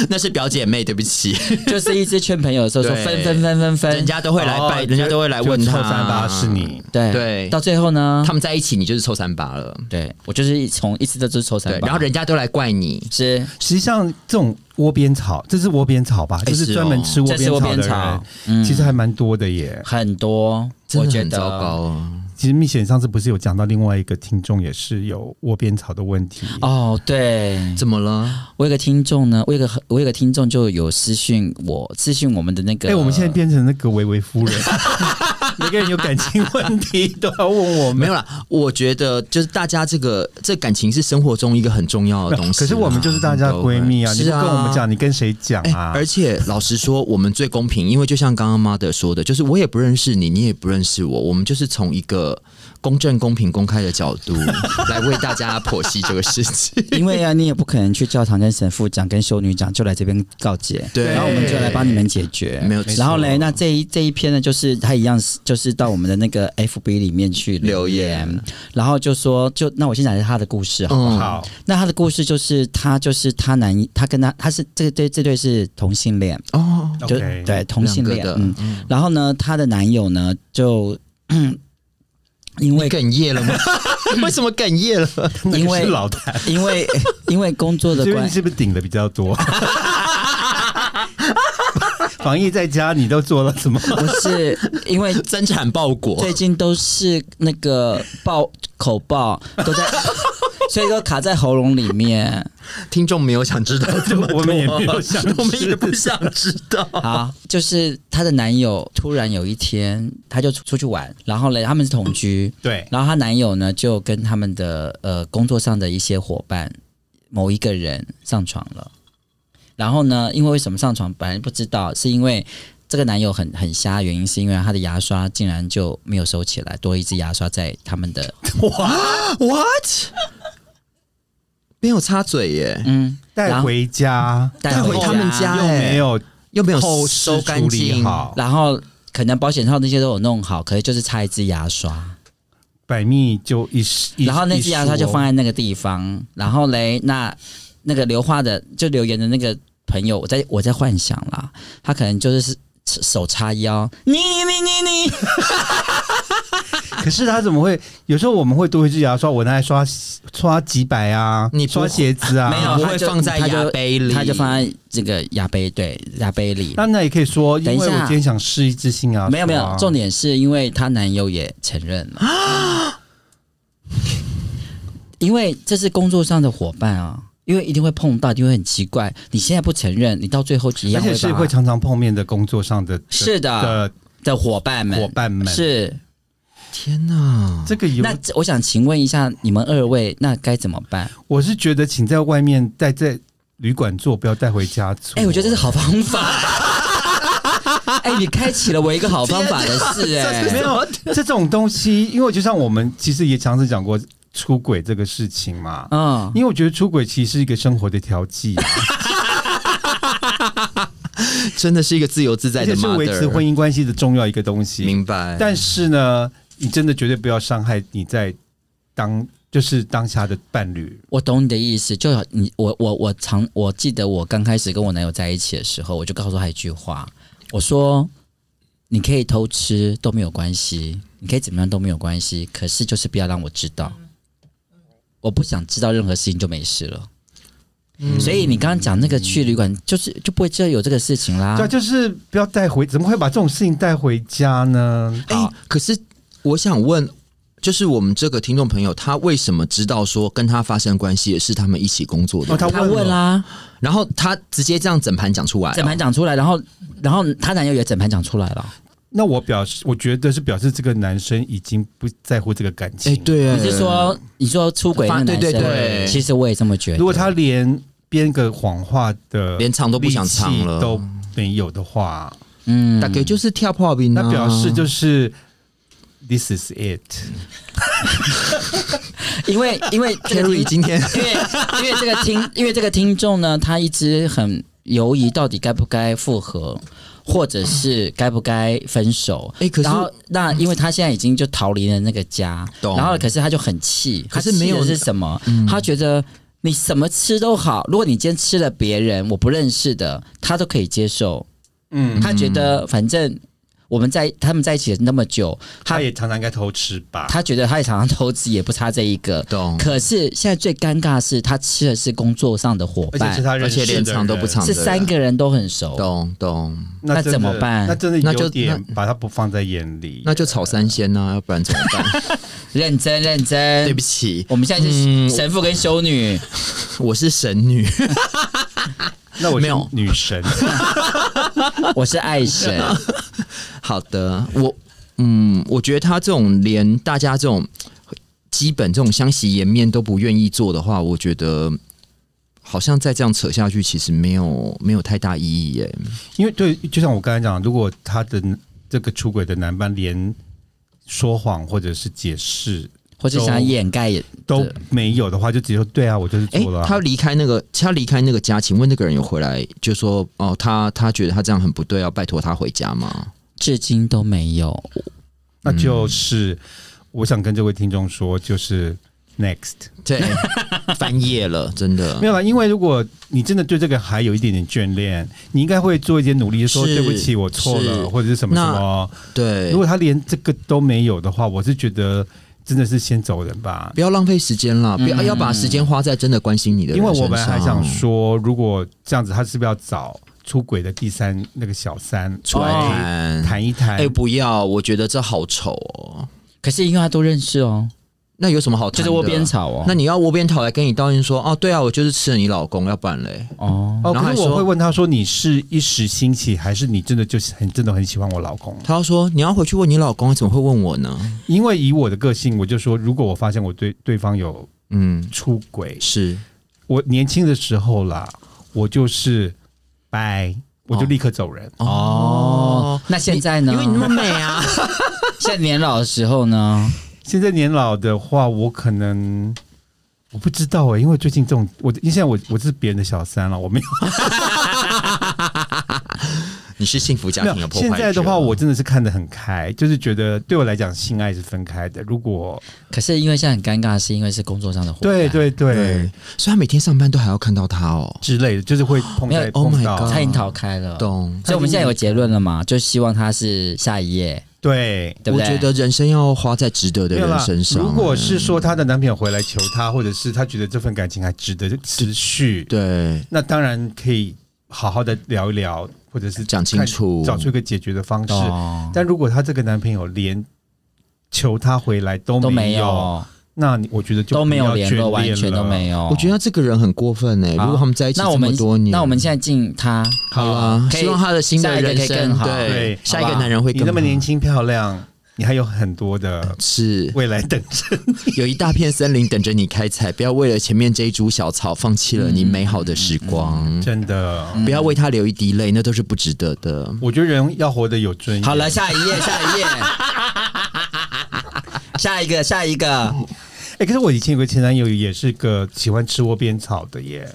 [SPEAKER 2] 那是表姐妹，对不起，
[SPEAKER 3] 就是一直劝朋友的时候说
[SPEAKER 2] 对
[SPEAKER 3] 分分分分分，
[SPEAKER 2] 人家都会来
[SPEAKER 1] 哦
[SPEAKER 2] 拜，
[SPEAKER 1] 就
[SPEAKER 2] 人家都会来问
[SPEAKER 1] 就
[SPEAKER 2] 他
[SPEAKER 1] 臭三八是，你，
[SPEAKER 3] 对
[SPEAKER 2] 对
[SPEAKER 3] 到最后呢，
[SPEAKER 2] 他们在一起，你就是臭三八了，
[SPEAKER 3] 对我就是一从一直都是抽三
[SPEAKER 2] 对，
[SPEAKER 3] 八，
[SPEAKER 2] 然后人家都来怪你，
[SPEAKER 3] 是
[SPEAKER 1] 实际上这种窝边草，这是窝边草吧？
[SPEAKER 2] 哎
[SPEAKER 1] 就是专门吃窝边草的
[SPEAKER 3] 哦这是窝边
[SPEAKER 1] 人，
[SPEAKER 3] 草嗯
[SPEAKER 1] 其实还蛮多的耶。
[SPEAKER 3] 很多，
[SPEAKER 2] 真
[SPEAKER 3] 我
[SPEAKER 2] 的
[SPEAKER 3] 觉
[SPEAKER 2] 很
[SPEAKER 3] 得
[SPEAKER 2] 糟糕啊。
[SPEAKER 1] 其实蜜雪上次不是有讲到另外一个听众也是有窝边草的问题，
[SPEAKER 3] 哦，对，
[SPEAKER 2] 怎么了？
[SPEAKER 3] 我有个听众呢，我有个我有个听众就有私讯我，私讯我们的那个。
[SPEAKER 1] 哎、我们现在变成那个维维夫人， 每个人有感情问题都要问我
[SPEAKER 2] 没
[SPEAKER 1] 们。
[SPEAKER 2] 有啦，我觉得就是大家这个这感情是生活中一个很重要的东西啦。
[SPEAKER 1] 可是我们就是大家的闺蜜啊，
[SPEAKER 2] 都
[SPEAKER 1] 你不
[SPEAKER 2] 会是
[SPEAKER 1] 跟
[SPEAKER 2] 啊，
[SPEAKER 1] 我们讲，你跟谁讲
[SPEAKER 2] 哎、
[SPEAKER 1] 啊？
[SPEAKER 2] 而且老实说，我们最公平，因为就像刚刚 mother 说的，就是我也不认识你，你也不认识我，我们就是从一个公正、公平、公开的角度 来为大家剖析这个事情。
[SPEAKER 3] 因为啊，你也不可能去教堂跟神父讲、跟修女讲，就来这边告解。
[SPEAKER 2] 对
[SPEAKER 3] 然后我们就来帮你们解决。
[SPEAKER 2] 没有
[SPEAKER 3] 然后
[SPEAKER 2] 错
[SPEAKER 3] 嘞，那这一这一篇呢，就是他一样是，就是到我们的那个 FB 里面去留
[SPEAKER 2] 留
[SPEAKER 3] 言，
[SPEAKER 2] 言
[SPEAKER 3] 然后就说，就那我先讲一下他的故事好不好？
[SPEAKER 2] 嗯
[SPEAKER 1] 好，
[SPEAKER 3] 那他的故事就是，他就是他男，他跟他他是这对这对是同性恋，
[SPEAKER 2] 哦，
[SPEAKER 3] 就
[SPEAKER 1] OK
[SPEAKER 3] 对同性恋
[SPEAKER 2] 两个，的
[SPEAKER 3] 嗯，然后呢，她的男友呢就。 因为
[SPEAKER 2] 哽咽了吗？为什么哽咽了？
[SPEAKER 1] 那
[SPEAKER 3] 嗯因
[SPEAKER 1] 个
[SPEAKER 3] 为
[SPEAKER 1] 是老大，
[SPEAKER 3] 因 为因为工作的
[SPEAKER 1] 这
[SPEAKER 3] 关
[SPEAKER 1] 边
[SPEAKER 3] 系，
[SPEAKER 1] 是不是顶的比较多？ 防疫在家，你都做了什 么？
[SPEAKER 3] 不是因为
[SPEAKER 2] 增产报国
[SPEAKER 3] 最，近都是那个爆口爆都在， 所以都卡在喉咙里面。
[SPEAKER 2] 听众没有想知道这么多，
[SPEAKER 1] 我们也没有想知道
[SPEAKER 2] 我们也不想知道。
[SPEAKER 3] 好，就是她的男友突然有一天，她就出出去玩，然后嘞，他们是同居，
[SPEAKER 1] 对，
[SPEAKER 3] 然后她男友呢就跟他们的呃工作上的一些伙伴某一个人上床了。然后呢，因为为什么上床本来不知道，是因为这个男友很很瞎，原因是因为他的牙刷竟然就没有收起来，多了一支牙刷在他们的
[SPEAKER 2] What？没有插嘴耶，
[SPEAKER 3] 嗯
[SPEAKER 1] 带回家，
[SPEAKER 3] 带
[SPEAKER 2] 回
[SPEAKER 3] 家
[SPEAKER 2] 他们家
[SPEAKER 1] 又没有
[SPEAKER 2] 又没有
[SPEAKER 1] 后事
[SPEAKER 2] 收干
[SPEAKER 1] 处理
[SPEAKER 2] 净，
[SPEAKER 1] 好。
[SPEAKER 3] 然后可能保险套那些都有弄好，可是就是差一支牙刷。
[SPEAKER 1] 百密就一，一
[SPEAKER 3] 然后那只牙刷就放在那个地方，然后嘞，那那个留话的就留言的那个朋友，我在我在幻想啦，他可能就是手叉腰，你你你你你，
[SPEAKER 1] 一说。哦可是他怎么会？有时候我们会多一支牙刷，我拿来刷刷几百啊，
[SPEAKER 2] 你不
[SPEAKER 1] 刷鞋子啊，
[SPEAKER 3] 没有
[SPEAKER 2] 不
[SPEAKER 3] 他
[SPEAKER 2] 会
[SPEAKER 3] 就
[SPEAKER 2] 放在
[SPEAKER 3] 他就
[SPEAKER 2] 牙杯里，
[SPEAKER 3] 他就放在这个牙杯对牙杯里。
[SPEAKER 1] 那那也可以说，因
[SPEAKER 3] 等
[SPEAKER 1] 为
[SPEAKER 3] 一
[SPEAKER 1] 我
[SPEAKER 3] 下
[SPEAKER 1] 今天想试一支新牙刷。
[SPEAKER 3] 没有没有，重点是因为她男友也承认了， 因为这是工作上的伙伴啊，因为一定会碰到，一定会很奇怪。你现在不承认，你到最后一
[SPEAKER 1] 而
[SPEAKER 3] 样
[SPEAKER 1] 且
[SPEAKER 3] 会
[SPEAKER 1] 是
[SPEAKER 3] 把
[SPEAKER 1] 会常常碰面的工作上的
[SPEAKER 3] 是的
[SPEAKER 1] 的
[SPEAKER 3] 的伙伴们
[SPEAKER 1] 伙伴们。
[SPEAKER 3] 是
[SPEAKER 2] 天哪！
[SPEAKER 1] 这个有
[SPEAKER 3] 那，这我想请问一下你们二位，那该怎么办？
[SPEAKER 1] 我是觉得请在外面带在旅馆做，不要带回家做。
[SPEAKER 3] 哎、我觉得这是好 方法。哎、你开启了我一个好方法的事、
[SPEAKER 1] 没
[SPEAKER 3] 哎，
[SPEAKER 1] 有 这种东西，因为就像我们其实也尝试讲过出轨这个事情嘛，
[SPEAKER 3] 嗯，
[SPEAKER 1] 因为我觉得出轨其实是一个生活的调 剂、啊，
[SPEAKER 2] 真的是一个自由自在
[SPEAKER 1] 而
[SPEAKER 2] 的
[SPEAKER 1] 且是
[SPEAKER 2] mother，
[SPEAKER 1] 维持婚姻关系的重要一个东西。
[SPEAKER 2] 明白？
[SPEAKER 1] 但是呢，你真的绝对不要伤害你在当就是当下的伴侣。
[SPEAKER 3] 我懂你的意思。就你，我，我，我常我记得我刚开始跟我男友在一起的时候，我就告诉他一句话，我说你可以偷吃都没有关系，你可以怎么样都没有关系，可是就是不要让我知道。我不想知道任何事情就没事了。所以你刚刚讲那个去旅馆，就是就不会就有这个事情啦
[SPEAKER 1] 对啊，。就是不要带回，怎么会把这种事情带回家呢？
[SPEAKER 2] 哎、可是我想问，就是我们这个听众朋友，他为什么知道说跟他发生关系也是他们一起工作的？
[SPEAKER 1] 哦他
[SPEAKER 3] 他
[SPEAKER 1] 问
[SPEAKER 3] 问
[SPEAKER 1] 了
[SPEAKER 3] 啦，
[SPEAKER 2] 然后他直接这样整盘讲出来、哦
[SPEAKER 3] 整盘，讲出来，然后然后她男友也整盘讲出来了。
[SPEAKER 1] 那我表示，我觉得是表示这个男生已经不在乎这个感情。
[SPEAKER 2] 哎、，对啊，
[SPEAKER 3] 你是说你说出轨那
[SPEAKER 2] 发
[SPEAKER 3] 个
[SPEAKER 2] 对
[SPEAKER 3] 男生？
[SPEAKER 2] 对对
[SPEAKER 3] 其实我也这么觉得。
[SPEAKER 1] 如果他连编个谎话的
[SPEAKER 2] 连唱都不想唱
[SPEAKER 1] 力气
[SPEAKER 2] 了
[SPEAKER 1] 都没有的话，
[SPEAKER 3] 嗯
[SPEAKER 2] 大概就是跳炮兵、啊，
[SPEAKER 1] 那表示就是 this is it。
[SPEAKER 3] 因为因为这个
[SPEAKER 2] Terry 今
[SPEAKER 3] 听
[SPEAKER 2] 天
[SPEAKER 3] 因为因为这个听因为这个听众呢，他一直很犹疑到底该不该复合，或者是该不该分手。
[SPEAKER 2] 哎可是
[SPEAKER 3] 然后那因为他现在已经就逃离了那个家，
[SPEAKER 2] 懂
[SPEAKER 3] 然后可是他就很气，
[SPEAKER 2] 可是
[SPEAKER 3] 他气的
[SPEAKER 2] 没有嗯
[SPEAKER 3] 是什么？他觉得。你什么吃都好，如果你今天吃了别人我不认识的，他都可以接受。
[SPEAKER 1] 嗯，
[SPEAKER 3] 他觉得反正我们在他们在一起了那么久，
[SPEAKER 1] 他也常常该偷吃吧？
[SPEAKER 3] 他觉得他也常常偷吃，也不差这一个。
[SPEAKER 2] 懂，
[SPEAKER 3] 可是现在最尴尬的是，他吃的是工作上的伙
[SPEAKER 1] 而且是
[SPEAKER 3] 伴，
[SPEAKER 1] 他认识的
[SPEAKER 2] 而且连藏都不藏
[SPEAKER 1] 人
[SPEAKER 3] 是三个人都很熟。
[SPEAKER 2] 懂懂，
[SPEAKER 1] 那真的
[SPEAKER 3] 那怎么办
[SPEAKER 1] 那真的
[SPEAKER 2] 那
[SPEAKER 1] 有
[SPEAKER 2] 就
[SPEAKER 1] 点把他不放在眼里。
[SPEAKER 2] 那就炒三鲜呐、要不然怎么办？
[SPEAKER 3] 认真认真，
[SPEAKER 2] 对不嗯起，
[SPEAKER 3] 我们现在是神父跟 修女，
[SPEAKER 2] 我是神女，
[SPEAKER 1] 那我是
[SPEAKER 2] 没有
[SPEAKER 1] 女神，
[SPEAKER 3] 我是 爱神。
[SPEAKER 2] 好的，我嗯，我觉得他这种连大家这种基本这种相惜颜面都不愿意做的话，我觉得好像再这样扯下去，其实没有没有太大意义耶。
[SPEAKER 1] 因为对，就像我刚才讲，如果他的这个出轨的男伴连说谎或者是解释
[SPEAKER 3] 或者想掩盖也
[SPEAKER 1] 都没有的话，就直接说对啊，我就是
[SPEAKER 2] 哎、
[SPEAKER 1] 做了啊、
[SPEAKER 2] 他离开那个他离开那个家，请问那个人有回来就说哦，他他觉得他这样很不对，要拜托他回家吗？
[SPEAKER 3] 至今都没有。
[SPEAKER 1] 那就是、我想跟这位听众说，就是 next
[SPEAKER 2] 对，翻页了，真的
[SPEAKER 1] 没有啦，因为如果你真的对这个还有一点点眷恋，你应该会做一些努力，就说
[SPEAKER 2] 是
[SPEAKER 1] 对不起，我错了，
[SPEAKER 2] 是
[SPEAKER 1] 或者是什么什么。
[SPEAKER 2] 对
[SPEAKER 1] 如。果他连这个都没有的话，我是觉得真的是先走人吧。
[SPEAKER 2] 不要浪费时间啦，不要、要把时间花在真的关心你的
[SPEAKER 1] 嗯
[SPEAKER 2] 人
[SPEAKER 1] 因为
[SPEAKER 2] 身上。
[SPEAKER 1] 我本来还想说，如果这样子，他是不是要找出轨的第三那个小三
[SPEAKER 2] 出来
[SPEAKER 1] 哦
[SPEAKER 2] 谈
[SPEAKER 1] 谈一谈
[SPEAKER 2] 哎、？不要，我觉得这好丑哦。
[SPEAKER 3] 可是因为他都认识哦，
[SPEAKER 2] 那有什么好谈
[SPEAKER 3] 就
[SPEAKER 2] 的？
[SPEAKER 3] 是窝边草哦。
[SPEAKER 2] 那你要窝边草来跟你道歉说，哦，对啊，我就是吃了你老公，要不然嘞，
[SPEAKER 3] 哦，
[SPEAKER 1] 哦，
[SPEAKER 2] 然后
[SPEAKER 1] 可
[SPEAKER 2] 还
[SPEAKER 1] 是
[SPEAKER 2] 说
[SPEAKER 1] 我会问他说：“你是一时兴起，还是你真的就是很真的很喜欢我老公
[SPEAKER 2] 他要说你要回去问你老公，怎么会问我呢？？”
[SPEAKER 1] 因为以我的个性，我就说，如果我发现我对对方有
[SPEAKER 2] 嗯，
[SPEAKER 1] 出轨，
[SPEAKER 2] 是
[SPEAKER 1] 我年轻的时候啦，我就是拜，我就立刻走人。
[SPEAKER 2] 哦，
[SPEAKER 3] 那现在呢
[SPEAKER 2] 因为你哦那么美啊，
[SPEAKER 3] 现在年老的时候呢，
[SPEAKER 1] 现在年老的话，我可能我不知道哎、因为最近这种我，因为现在我我是别人的小三了，我没有。
[SPEAKER 2] 你是幸福家庭
[SPEAKER 1] 没
[SPEAKER 2] 的
[SPEAKER 1] 有
[SPEAKER 2] 破坏
[SPEAKER 1] 现
[SPEAKER 2] 者
[SPEAKER 1] 在的话，我真的是看得很开，就是觉得对我来讲，性爱是分开的。如果
[SPEAKER 3] 可是因为现在很尴尬，是因为是工作上的伙伴。
[SPEAKER 1] 对对对
[SPEAKER 2] 对，所以他每天上班都还要看到他哦，
[SPEAKER 1] 之类的，就是会碰
[SPEAKER 3] 没有
[SPEAKER 1] 在
[SPEAKER 2] Oh my
[SPEAKER 1] 碰到。
[SPEAKER 2] God
[SPEAKER 3] 他已经逃开了。
[SPEAKER 2] 懂。
[SPEAKER 3] 所以我们现在有结论了嘛？就希望他是下一页，
[SPEAKER 1] 对，
[SPEAKER 3] 对不对？
[SPEAKER 2] 我觉得人生要花在值得的
[SPEAKER 1] 没有
[SPEAKER 2] 人
[SPEAKER 1] 啦
[SPEAKER 2] 身。上。嗯
[SPEAKER 1] 如果是说她的男朋友回来求她，或者是她觉得这份感情还值得持续，
[SPEAKER 2] 对，
[SPEAKER 1] 那当然可以好好的聊一聊，或者是
[SPEAKER 2] 讲清楚
[SPEAKER 1] 看找出一个解决的方式。
[SPEAKER 3] 哦
[SPEAKER 1] 但如果她这个男朋友连求她回来都
[SPEAKER 3] 都
[SPEAKER 1] 没
[SPEAKER 3] 没有，
[SPEAKER 1] 那你我觉得就
[SPEAKER 3] 都没有
[SPEAKER 1] 不要
[SPEAKER 3] 联
[SPEAKER 1] 眷
[SPEAKER 3] 络，完全都
[SPEAKER 1] 了
[SPEAKER 3] 没有。
[SPEAKER 2] 我觉得这个人很过分哎、
[SPEAKER 3] 好
[SPEAKER 2] 如果他们在一起
[SPEAKER 3] 那我
[SPEAKER 2] 这么
[SPEAKER 3] 们
[SPEAKER 2] 多年，
[SPEAKER 3] 那我们现在进他，
[SPEAKER 2] 好了，
[SPEAKER 3] 可以
[SPEAKER 2] 希望他的新
[SPEAKER 3] 下
[SPEAKER 2] 的
[SPEAKER 3] 一个
[SPEAKER 2] 人
[SPEAKER 3] 可以
[SPEAKER 2] 生
[SPEAKER 3] 更好
[SPEAKER 2] 对
[SPEAKER 1] 对，
[SPEAKER 2] 下一个
[SPEAKER 3] 好吧
[SPEAKER 2] 男人会
[SPEAKER 1] 你
[SPEAKER 2] 更
[SPEAKER 1] 那么
[SPEAKER 2] 好
[SPEAKER 1] 年轻漂亮，你还有很多的
[SPEAKER 2] 是
[SPEAKER 1] 未来等着。
[SPEAKER 2] 有一大片森林等着你开采，不要为了前面这一株小草放弃了你美好的时光，
[SPEAKER 1] 真的，
[SPEAKER 2] 不要为他流一滴泪，那都是不值得的。
[SPEAKER 1] 我觉得人要活得有尊严。
[SPEAKER 3] 好了，，下一页，下一 页，下一个，下一个，
[SPEAKER 1] 哎、可是我以前有个前男友，也是个喜欢吃窝边草的耶。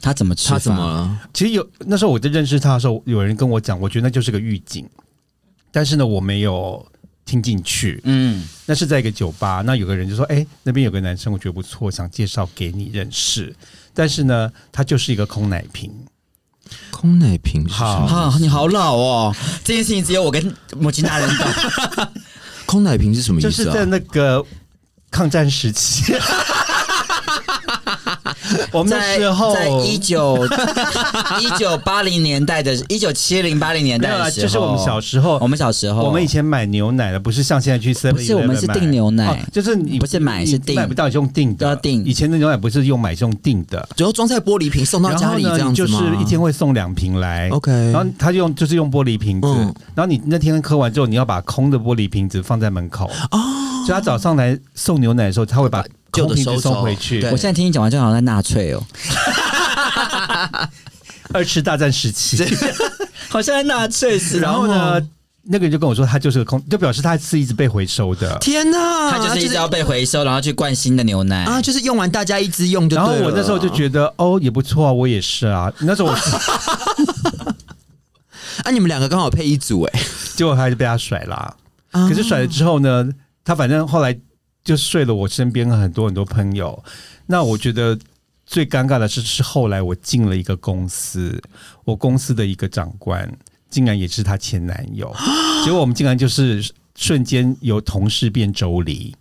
[SPEAKER 3] 他怎么吃？
[SPEAKER 2] 他怎么？了？
[SPEAKER 1] 其实有那时候我在认识他的时候，有人跟我讲，我觉得那就是个预警，但是呢，我没有听进去。
[SPEAKER 3] 嗯，
[SPEAKER 1] 那是在一个酒吧，那有个人就说：“哎、那边有个男生，我觉得不错，想介绍给你认识。”但是呢，他就是一个空奶瓶。
[SPEAKER 2] 空奶瓶是什
[SPEAKER 1] 好
[SPEAKER 2] 么？
[SPEAKER 3] 啊，你好老哦！这件事情只有我跟母亲大人 懂。
[SPEAKER 2] 空奶瓶是
[SPEAKER 3] 啊
[SPEAKER 2] 什么
[SPEAKER 1] 就
[SPEAKER 2] 意
[SPEAKER 1] 是
[SPEAKER 2] 思
[SPEAKER 1] 在
[SPEAKER 2] 啊？
[SPEAKER 1] 那个抗战时期。我们那
[SPEAKER 3] 在
[SPEAKER 1] 时候
[SPEAKER 3] 在一九 一九八零年代的，一九七零八零年
[SPEAKER 1] 没
[SPEAKER 3] 代
[SPEAKER 1] 有啦
[SPEAKER 3] 的时候，
[SPEAKER 1] 就是我们小时候
[SPEAKER 3] 我们小时候，
[SPEAKER 1] 我们以前买牛奶的，不是像现在去 s e
[SPEAKER 3] 哦不是我们是订牛奶
[SPEAKER 1] 哦就是你
[SPEAKER 3] 不是买
[SPEAKER 1] 你
[SPEAKER 3] 是订
[SPEAKER 1] 买不到你是用订的，
[SPEAKER 3] 都要订
[SPEAKER 1] 以前的牛奶不是用买是用订的，
[SPEAKER 2] 只要装在玻璃瓶送到
[SPEAKER 1] 然
[SPEAKER 2] 家
[SPEAKER 1] 后
[SPEAKER 2] 里
[SPEAKER 1] 呢，
[SPEAKER 2] 这样
[SPEAKER 1] 你
[SPEAKER 2] 子
[SPEAKER 1] 就
[SPEAKER 2] 吗？
[SPEAKER 1] 是一天会送两瓶来
[SPEAKER 2] OK
[SPEAKER 1] 然后他就用就是用玻璃瓶子，
[SPEAKER 2] 嗯
[SPEAKER 1] 然后你那天喝完之后，你要把空的玻璃瓶子放在门口哦，所以他早上来送牛奶的时候，他会把
[SPEAKER 2] 旧的
[SPEAKER 1] 空瓶
[SPEAKER 2] 收
[SPEAKER 1] 子
[SPEAKER 2] 走
[SPEAKER 1] 送回去
[SPEAKER 2] 对
[SPEAKER 3] 我。现在听你讲完，就好像在纳粹哦，
[SPEAKER 1] 二次大战时 期，
[SPEAKER 3] 好像在纳粹似的。
[SPEAKER 1] 然后呢，，那个人就跟我说，他就是个空，就表示他是一直被回收的。
[SPEAKER 2] 天哪，
[SPEAKER 3] 它就是一直要被回收，然后去灌新的牛奶。
[SPEAKER 2] 啊，就是用完大家一直用就对
[SPEAKER 1] 然后
[SPEAKER 2] 了。
[SPEAKER 1] 我那时候就觉得，哦，也不错啊，我也是啊。那时候 我
[SPEAKER 2] 啊，你们两个刚好配一组 哎、
[SPEAKER 1] 结果还是被他甩啦。
[SPEAKER 2] 啊
[SPEAKER 1] 可是甩了之后呢，他反正后来就睡了我身边很多很多朋友。那我觉得最尴尬的是，是后来我进了一个公司，我公司的一个长官竟然也是她前男 友，结果我们竟然就是瞬间由同事变妯娌。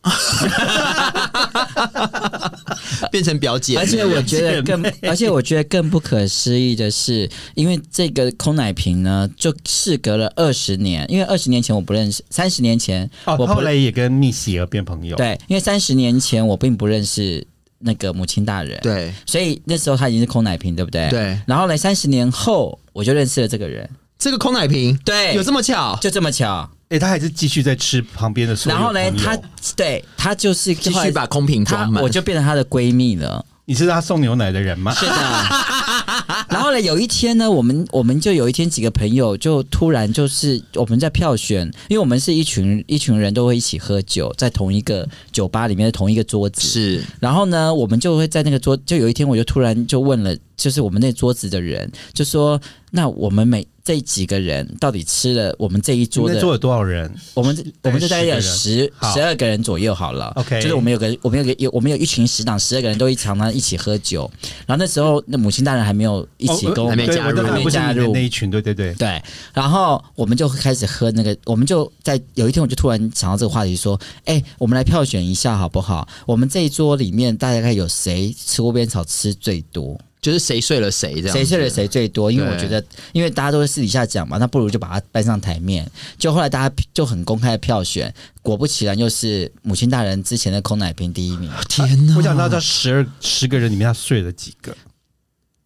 [SPEAKER 2] 变成表姐妹，
[SPEAKER 3] 而且我觉得 更，而且我觉得更不可思议的是，因为这个空奶瓶呢，就事隔了二十年，因为二十年前我不认识，三十年前
[SPEAKER 1] 哦，
[SPEAKER 3] 我
[SPEAKER 1] 后
[SPEAKER 3] 不
[SPEAKER 1] 来也跟蜜喜儿变朋友。，
[SPEAKER 3] 对，因为三十年前我并不认识那个母亲大人，，
[SPEAKER 2] 对
[SPEAKER 3] 所以那时候他已经是空奶瓶，对不
[SPEAKER 1] 哎
[SPEAKER 3] 对？。
[SPEAKER 2] 对，
[SPEAKER 3] 然后呢，三十年后我就认识了这个人，
[SPEAKER 2] 这个空奶瓶
[SPEAKER 3] 对，
[SPEAKER 2] 有这么巧？
[SPEAKER 3] 就这么巧。
[SPEAKER 1] 哎、他还是继续在吃旁边的所有
[SPEAKER 3] 然后呢，
[SPEAKER 1] 朋友
[SPEAKER 3] 他对他就是
[SPEAKER 2] 继
[SPEAKER 3] 后来
[SPEAKER 2] 续把空瓶
[SPEAKER 3] 他
[SPEAKER 2] 装满，
[SPEAKER 3] 我就变成她的闺蜜了。
[SPEAKER 1] 你是他送牛奶的人吗？
[SPEAKER 3] 是的。啊 然后呢，有一天呢，我们我们就有一天几个朋友就突然就是我们在票选，因为我们是一群一群人都会一起喝酒，在同一个酒吧里面的同一个桌子。
[SPEAKER 2] 是
[SPEAKER 3] 然后呢，我们就会在那个桌，就有一天我就突然就问了，就是我们那桌子的人，就说那我们每这几个人到底吃了我们这一
[SPEAKER 1] 你
[SPEAKER 3] 桌
[SPEAKER 1] 们
[SPEAKER 3] 的
[SPEAKER 1] 那桌有多少人？
[SPEAKER 3] 我们这我们就大概有十
[SPEAKER 1] 好
[SPEAKER 3] 十二个人左右好了。
[SPEAKER 1] OK
[SPEAKER 3] 就是我们有个我们有个有我们有一群死党，十二个人都一常常一起喝酒。然后那时候那母亲大人还没有一起跟我
[SPEAKER 2] 还
[SPEAKER 3] 们、
[SPEAKER 2] 没加
[SPEAKER 1] 哦
[SPEAKER 2] 入
[SPEAKER 1] 呃对我当然不是
[SPEAKER 3] 还没加
[SPEAKER 1] 你们
[SPEAKER 3] 入
[SPEAKER 1] 那一群，对对对。
[SPEAKER 3] 对，然后我们就开始喝那个，我们就在有一天我就突然想到这个话题，说，哎、我们来票选一下好不好？我们这一桌里面大概有谁吃窝边草吃最多？
[SPEAKER 2] 就是谁睡了谁这样，
[SPEAKER 3] 谁睡了？谁最多？因为
[SPEAKER 2] 对
[SPEAKER 3] 我觉得，因为大家都是私底下讲嘛，那不如就把它搬上台面。就后来大家就很公开的票选，果不其然又是母亲大人之前的空奶瓶第一名，
[SPEAKER 2] 天哪！
[SPEAKER 1] 我想到这十二十个人里面，他睡了几个？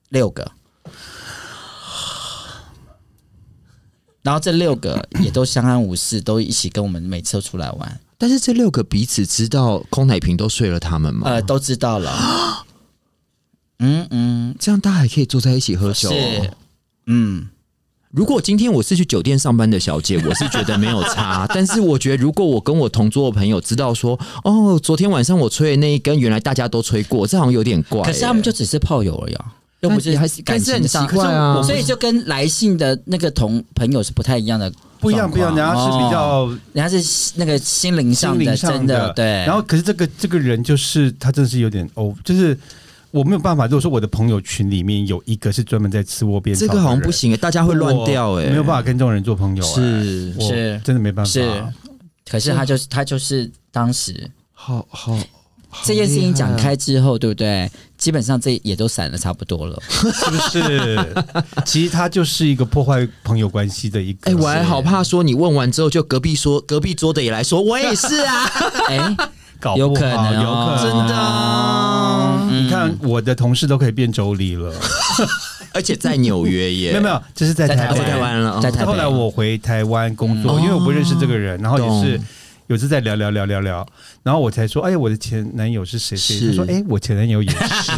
[SPEAKER 3] 六个。然后这六个也都相安无事，都一起跟我们每次都出来玩，
[SPEAKER 2] 但是这六个彼此知道空奶瓶都睡了他们吗？
[SPEAKER 3] 呃，都知道了。嗯嗯，
[SPEAKER 2] 这样大家还可以坐在一起喝酒、哦
[SPEAKER 3] 是，嗯，
[SPEAKER 2] 如果今天我是去酒店上班的小姐，我是觉得没有 差。但是我觉得，如果我跟我同桌的朋友知道说，哦，昨天晚上我吹的那一根，原来大家都吹过，这好像有点怪耶、
[SPEAKER 3] 可是他们就只是炮友而已、啊，又不
[SPEAKER 2] 但
[SPEAKER 3] 是
[SPEAKER 2] 也还是
[SPEAKER 3] 感情上
[SPEAKER 2] 但是很奇怪啊
[SPEAKER 3] 可是我所以就跟来信的那个同朋友是不太一样的，
[SPEAKER 1] 不一样，不一样，人家是比较
[SPEAKER 3] 人家是那个心灵上
[SPEAKER 1] 心
[SPEAKER 3] 的，
[SPEAKER 1] 灵上
[SPEAKER 3] 哦真的对。
[SPEAKER 1] 然后，可是这个这个人就是他，真的是有点哦，就是我没有办法。如果说我的朋友群里面有一个是专门在吃窝边草
[SPEAKER 2] 这
[SPEAKER 1] 的人，
[SPEAKER 2] 个好像不行、大家会乱掉哎、
[SPEAKER 1] 我没有办法跟这种人做朋友、哎
[SPEAKER 2] 是
[SPEAKER 1] 我
[SPEAKER 3] 是
[SPEAKER 1] 真的没办法。
[SPEAKER 3] 是可是他就是他就是当时
[SPEAKER 2] 好好
[SPEAKER 3] 这件事情讲，
[SPEAKER 2] 好厉害
[SPEAKER 3] 开之后，对不对？基本上这也都散的差不多了。
[SPEAKER 1] 是不是？其实他就是一个破坏朋友关系的一个。
[SPEAKER 2] 哎、我还好怕说你问完之后，就隔壁说隔壁桌的也来说，我也是 啊，
[SPEAKER 3] 哎、
[SPEAKER 1] 搞不好
[SPEAKER 3] 有可能哦
[SPEAKER 1] 有可能啊
[SPEAKER 2] 真的、啊，
[SPEAKER 3] 嗯
[SPEAKER 1] 你看，我的同事都可以变妯娌了，
[SPEAKER 2] 而且在纽约
[SPEAKER 1] 没
[SPEAKER 2] 耶，
[SPEAKER 1] 有没有，这是在
[SPEAKER 3] 在
[SPEAKER 1] 台
[SPEAKER 3] 台哦
[SPEAKER 2] 啊，在台
[SPEAKER 1] 湾。
[SPEAKER 2] 湾了，
[SPEAKER 3] 在台北
[SPEAKER 1] 后来我回台湾工作，
[SPEAKER 2] 嗯
[SPEAKER 1] 因为我不认识这个人，然后也是
[SPEAKER 2] 懂
[SPEAKER 1] 有次在聊聊聊聊聊，然后我才说，哎，我的前男友是谁谁？
[SPEAKER 2] 是
[SPEAKER 1] 他说，哎，我前男友也 是，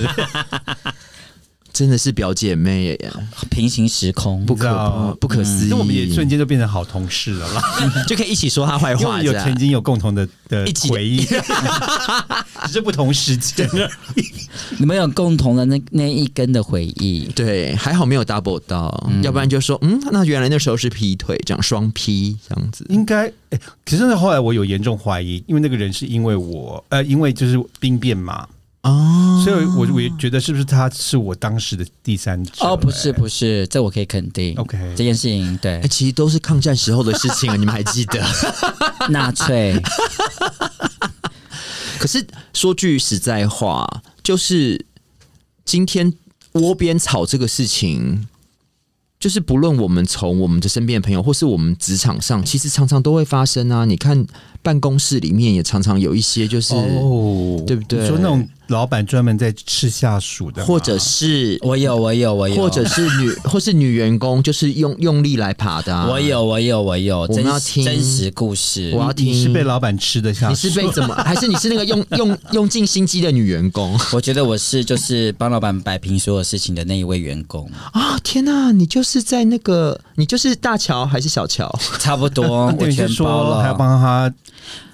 [SPEAKER 2] 真的是表姐妹耶，
[SPEAKER 3] 平行时空
[SPEAKER 2] 不可
[SPEAKER 1] 你知道嗯
[SPEAKER 2] 不可思议，
[SPEAKER 1] 那我们也瞬间就变成好同事 了啦，
[SPEAKER 2] 就可以一起说他坏
[SPEAKER 1] 因为我
[SPEAKER 2] 话，
[SPEAKER 1] 们有
[SPEAKER 2] 这
[SPEAKER 1] 啊
[SPEAKER 2] 样
[SPEAKER 1] 曾经有共同的的
[SPEAKER 2] 一起
[SPEAKER 1] 回 忆，只是不同时间。
[SPEAKER 3] 你们有共同的那那一根的回忆，
[SPEAKER 2] 对，还好没有 double 到，要不然就说嗯，那原来那时候是劈腿，这样双劈这样子。
[SPEAKER 1] 应该，哎、可是后来我有严重怀疑，因为那个人是因为我，呃，因为就是兵变嘛，
[SPEAKER 2] 哦，
[SPEAKER 1] 所以我我也觉得是不是他是我当时的第三者、
[SPEAKER 3] 哦，不是
[SPEAKER 1] 哎
[SPEAKER 3] 不是，这我可以肯定。
[SPEAKER 1] OK
[SPEAKER 3] 这件事情对
[SPEAKER 2] 哎、其实都是抗战时候的事情了，啊你们还记 得？
[SPEAKER 3] 纳粹，
[SPEAKER 2] 可是说句实在话，就是今天窝边草这个事情，就是不论我们从我们的身边的朋友，或是我们职场上，其实常常都会发生啊。你看办公室里面也常常有一些，就是、
[SPEAKER 1] 哦，
[SPEAKER 2] 对不对
[SPEAKER 1] 你说那种老板专门在吃下属的吗，
[SPEAKER 2] 或者是
[SPEAKER 3] 我有，我有，我有，
[SPEAKER 2] 或者是女，或是女员工，就是用用力来爬的、啊。
[SPEAKER 3] 我，有，我有，我有，
[SPEAKER 2] 们
[SPEAKER 3] 真
[SPEAKER 2] 要
[SPEAKER 3] 实
[SPEAKER 2] 听
[SPEAKER 3] 真实故事。
[SPEAKER 2] 我要听
[SPEAKER 1] 你是被老板吃的下
[SPEAKER 2] 你
[SPEAKER 1] 属
[SPEAKER 2] 是，被怎么？ 还是你是那个用用用尽心机的女员工
[SPEAKER 3] 我觉得我是就是帮老板摆平所有事情的那一位 员工，
[SPEAKER 2] 啊、天哪、你就是在那个，你就是大乔还是小乔？
[SPEAKER 3] 差不多
[SPEAKER 1] 等
[SPEAKER 3] 我
[SPEAKER 1] 于是
[SPEAKER 3] 全包
[SPEAKER 1] 说还要
[SPEAKER 3] 了。
[SPEAKER 1] 帮他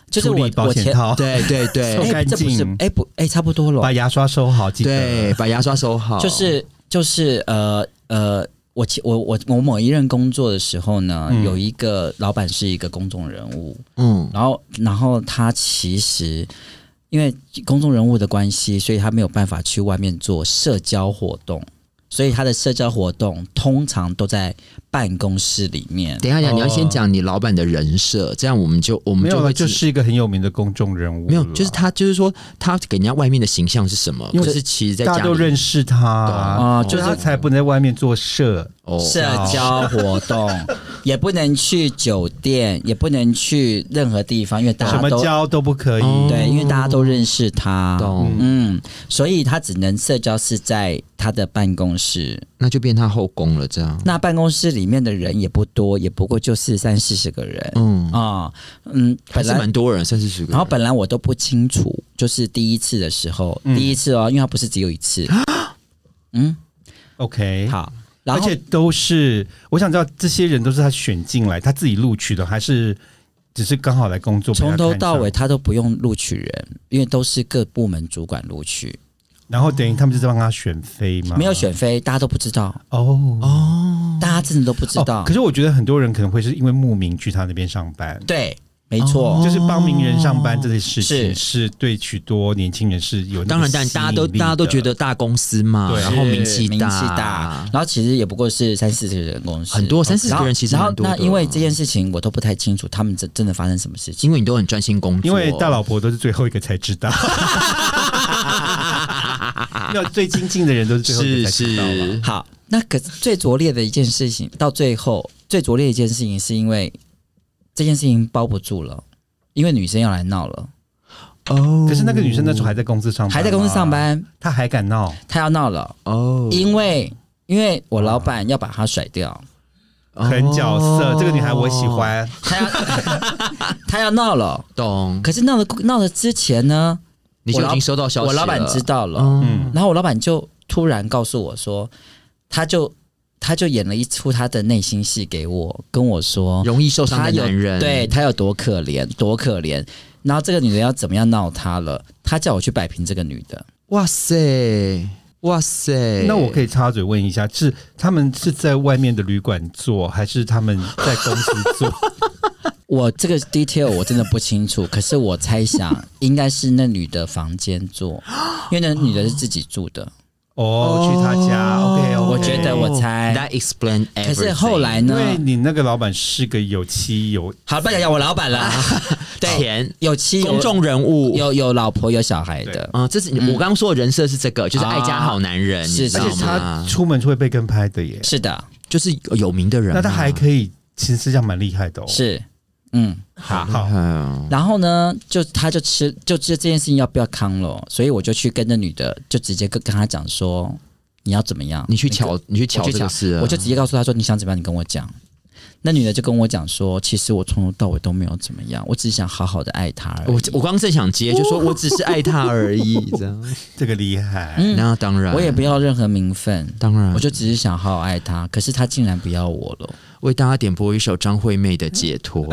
[SPEAKER 3] 就是
[SPEAKER 1] 处理
[SPEAKER 3] 我
[SPEAKER 1] 保
[SPEAKER 3] 我
[SPEAKER 1] 险
[SPEAKER 3] 前
[SPEAKER 1] 套，
[SPEAKER 2] 对对对
[SPEAKER 1] 收
[SPEAKER 3] 哎、
[SPEAKER 1] 干
[SPEAKER 3] 这不是
[SPEAKER 1] 净
[SPEAKER 3] 哎、不哎、差不多了。
[SPEAKER 1] 把牙刷收好，记得
[SPEAKER 2] 对，把牙刷收好。
[SPEAKER 3] 就是就是呃呃，我其我我我某一任工作的时候呢，
[SPEAKER 1] 嗯
[SPEAKER 3] 有一个老板是一个公众人物，
[SPEAKER 2] 嗯，
[SPEAKER 3] 然后然后他其实因为公众人物的关系，所以他没有办法去外面做社交活动。所以他的社交活动通常都在办公室里面，
[SPEAKER 2] 等一下讲，你要
[SPEAKER 1] 哦
[SPEAKER 2] 先讲你老板的人设，这样我们就我们
[SPEAKER 1] 没有
[SPEAKER 2] 就
[SPEAKER 1] 了，
[SPEAKER 2] 会
[SPEAKER 1] 就
[SPEAKER 2] 知
[SPEAKER 1] 是一个很有名的公众人物了，
[SPEAKER 2] 没有，就是他就是说他给人家外面的形象是什么？
[SPEAKER 1] 因为
[SPEAKER 2] 可是其实在
[SPEAKER 1] 大
[SPEAKER 2] 家
[SPEAKER 1] 家都
[SPEAKER 2] 里
[SPEAKER 1] 认识他啊
[SPEAKER 3] 啊
[SPEAKER 1] 就
[SPEAKER 3] 就是
[SPEAKER 1] 是他才不能在外面做事。
[SPEAKER 2] 哦
[SPEAKER 3] 社交活动也不能去酒店，也不能去任何地方，因为大
[SPEAKER 1] 什
[SPEAKER 3] 家
[SPEAKER 1] 么
[SPEAKER 3] 都嗯
[SPEAKER 1] 交都不可以，
[SPEAKER 2] 哦
[SPEAKER 3] 对，因为大家都认识他。
[SPEAKER 2] 懂，
[SPEAKER 3] 嗯，所以他只能社交是在他的办公室。
[SPEAKER 2] 那就变他后宫了，这样。
[SPEAKER 3] 那办公室里面的人也不多，也不过就四三四十个人
[SPEAKER 2] 嗯，
[SPEAKER 3] 啊、嗯，
[SPEAKER 2] 还
[SPEAKER 3] 本
[SPEAKER 2] 是
[SPEAKER 3] 来
[SPEAKER 2] 蛮多人，三四十个人。
[SPEAKER 3] 然后本来我都不清楚，就是第一次的时候，
[SPEAKER 1] 嗯
[SPEAKER 3] 第一次哦，因为他不是只有一次。
[SPEAKER 2] 啊
[SPEAKER 3] 嗯，
[SPEAKER 1] ，OK，
[SPEAKER 3] 好，然
[SPEAKER 1] 而
[SPEAKER 3] 后
[SPEAKER 1] 且都是我想知道这些人都是他选进来，他自己录取的，还是只是刚好来工作？
[SPEAKER 3] 从头
[SPEAKER 1] 被他看
[SPEAKER 3] 到
[SPEAKER 1] 上
[SPEAKER 3] 尾，他都不用录取人，因为都是各部门主管录取，
[SPEAKER 1] 然后等于他们就是帮他选妃
[SPEAKER 2] 啊
[SPEAKER 1] 吗？
[SPEAKER 3] 没有选妃，大家都不知道，
[SPEAKER 1] 哦哦，
[SPEAKER 3] 大家真的都不
[SPEAKER 2] 哦
[SPEAKER 3] 知道。
[SPEAKER 1] 可是我觉得很多人可能会是因为慕名去他那边上班，
[SPEAKER 3] 对，没
[SPEAKER 2] 哦
[SPEAKER 3] 错，
[SPEAKER 1] 就是帮名人上班这件事情
[SPEAKER 3] 哦是
[SPEAKER 1] 是对许多年轻人是有那个
[SPEAKER 2] 当然，当然，大家都
[SPEAKER 1] 吸引力
[SPEAKER 2] 大家都
[SPEAKER 1] 的
[SPEAKER 2] 觉得大公司嘛，
[SPEAKER 1] 对
[SPEAKER 2] 然后
[SPEAKER 3] 是
[SPEAKER 2] 名气
[SPEAKER 3] 名气大，然后其实也不过是三四十个人公司，
[SPEAKER 2] 很多三四十
[SPEAKER 3] 然后
[SPEAKER 2] 个人其实
[SPEAKER 3] 然后
[SPEAKER 2] 蛮多的哦
[SPEAKER 3] 那因为这件事情我都不太清楚，他们真真的发生什么事情。
[SPEAKER 2] 因为你都很专心工作。
[SPEAKER 1] 因为大老婆都是最后一个才知 道， 要最亲近的人都是最后一
[SPEAKER 2] 是
[SPEAKER 1] 个才知道嘛
[SPEAKER 2] 是，
[SPEAKER 3] 好，那可是最拙劣的一件事情，到最后最拙劣的一件事情是因为这件事情包不住了，因为女生要来闹了，
[SPEAKER 2] 哦
[SPEAKER 1] 可是那个女生那时候还在公司上班，
[SPEAKER 3] 还在公司上，班，
[SPEAKER 1] 她还敢闹，
[SPEAKER 3] 她要闹了，
[SPEAKER 2] 哦
[SPEAKER 3] 因为因为我老板要把她甩掉，哦
[SPEAKER 1] 很角色。这个女孩我喜，欢，
[SPEAKER 3] 她 要她要闹了，
[SPEAKER 2] 懂？
[SPEAKER 3] 可是闹了闹了之前呢，
[SPEAKER 2] 你就
[SPEAKER 3] 我
[SPEAKER 2] 已
[SPEAKER 3] 老
[SPEAKER 2] 经收到消息了，
[SPEAKER 3] 我老板知道了。
[SPEAKER 2] 嗯
[SPEAKER 1] 嗯，
[SPEAKER 3] 然后我老板就突然告诉我说，他就他就演了一出他的内心戏给我，跟我说
[SPEAKER 2] 容易受伤
[SPEAKER 3] 他
[SPEAKER 2] 的
[SPEAKER 3] 有
[SPEAKER 2] 男人，
[SPEAKER 3] 对他有多可怜，多可怜。然后这个女人要怎么样闹他了？他叫我去摆平这个女的，
[SPEAKER 2] 哇塞，哇塞，
[SPEAKER 1] 那我可以插嘴问一下，是他们是在外面的旅馆做，还是他们在公司 做？
[SPEAKER 3] 我这个 detail 我真的不清楚， 可是我猜想应该是那女的房 间做，因为那女的是自己住的。
[SPEAKER 1] 哦，去他家，OK，
[SPEAKER 3] 我觉得我猜，
[SPEAKER 2] 哦 That explain，
[SPEAKER 3] 可是后来
[SPEAKER 1] 因
[SPEAKER 3] 呢？
[SPEAKER 1] 为你那个老板是个有妻有
[SPEAKER 3] 好，不要讲我老板了，对，
[SPEAKER 2] 钱
[SPEAKER 3] 有妻有
[SPEAKER 2] 啊公众人物。
[SPEAKER 3] 有有老婆有小孩的，
[SPEAKER 2] 啊、这是你我刚刚说的人设是这个，就是爱家好男人，
[SPEAKER 3] 啊
[SPEAKER 2] 你
[SPEAKER 3] 是
[SPEAKER 2] 知
[SPEAKER 1] 而
[SPEAKER 2] 道
[SPEAKER 1] 且他
[SPEAKER 2] 吗？
[SPEAKER 1] 出门是会被跟拍的耶，
[SPEAKER 3] 是
[SPEAKER 2] 哦
[SPEAKER 3] 的，
[SPEAKER 2] 就是有名的人嘛，
[SPEAKER 1] 那他还可以，其实这样蛮厉害的哦。
[SPEAKER 3] 是，嗯，
[SPEAKER 1] 好，
[SPEAKER 2] 好
[SPEAKER 1] 好，
[SPEAKER 3] 然后呢，就他就吃，就这这件事情要不要康了，所以我就去跟那女的，就直接跟跟她讲说，你要怎么样？
[SPEAKER 2] 你去
[SPEAKER 3] 跟
[SPEAKER 2] 瞧，你去瞧
[SPEAKER 3] 我去
[SPEAKER 2] 这个
[SPEAKER 3] 瞧
[SPEAKER 2] 事啊，
[SPEAKER 3] 我就直接告诉她说，你想怎么样，你跟我讲。那女的就跟我讲说，其实我从头到尾都没有怎么样，我只是想好好的爱她而已。
[SPEAKER 2] 我我刚刚正想接，就说我只是爱他而已，这样。
[SPEAKER 1] 这个厉 害。
[SPEAKER 3] 嗯
[SPEAKER 2] 那当然，
[SPEAKER 3] 我也不要任何名分，
[SPEAKER 2] 当然，
[SPEAKER 3] 我
[SPEAKER 2] 我就
[SPEAKER 3] 就只是想好好爱她。可是她竟然不要我 了。
[SPEAKER 2] 为大家点播一首张惠妹的《解脱》。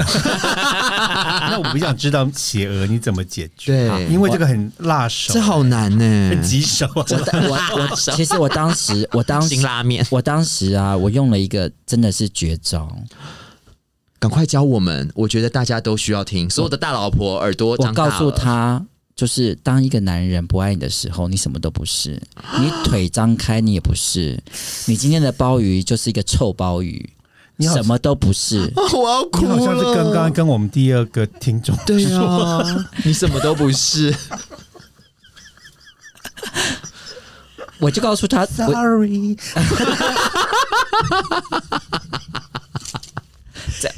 [SPEAKER 1] 那我比较知道企鹅你怎么解决，
[SPEAKER 2] 对
[SPEAKER 1] 好因为这个很辣手，
[SPEAKER 2] 这好难呢、
[SPEAKER 1] 很棘手啊。
[SPEAKER 3] 我我其实我当 时，我当时
[SPEAKER 2] 辛，拉面，
[SPEAKER 3] 我当时啊，我用了一个真的是绝招。
[SPEAKER 2] 赶快教我们！我觉得大家都需要听，所有的大老婆耳朵
[SPEAKER 3] 我
[SPEAKER 2] 张大
[SPEAKER 3] 告
[SPEAKER 2] 了
[SPEAKER 3] 诉，他，就是当一个男人不爱你的时候，你什么都不是，你腿张开你也不是，你今天的鲍鱼就是一个臭鲍鱼，
[SPEAKER 1] 你好
[SPEAKER 3] 什么都不是。
[SPEAKER 2] 我要哭
[SPEAKER 1] 你好
[SPEAKER 2] 了。
[SPEAKER 1] 像是刚刚跟我们第二个听众
[SPEAKER 2] 对啊，你什么都不是。
[SPEAKER 3] 我就告诉他，我
[SPEAKER 1] ，sorry，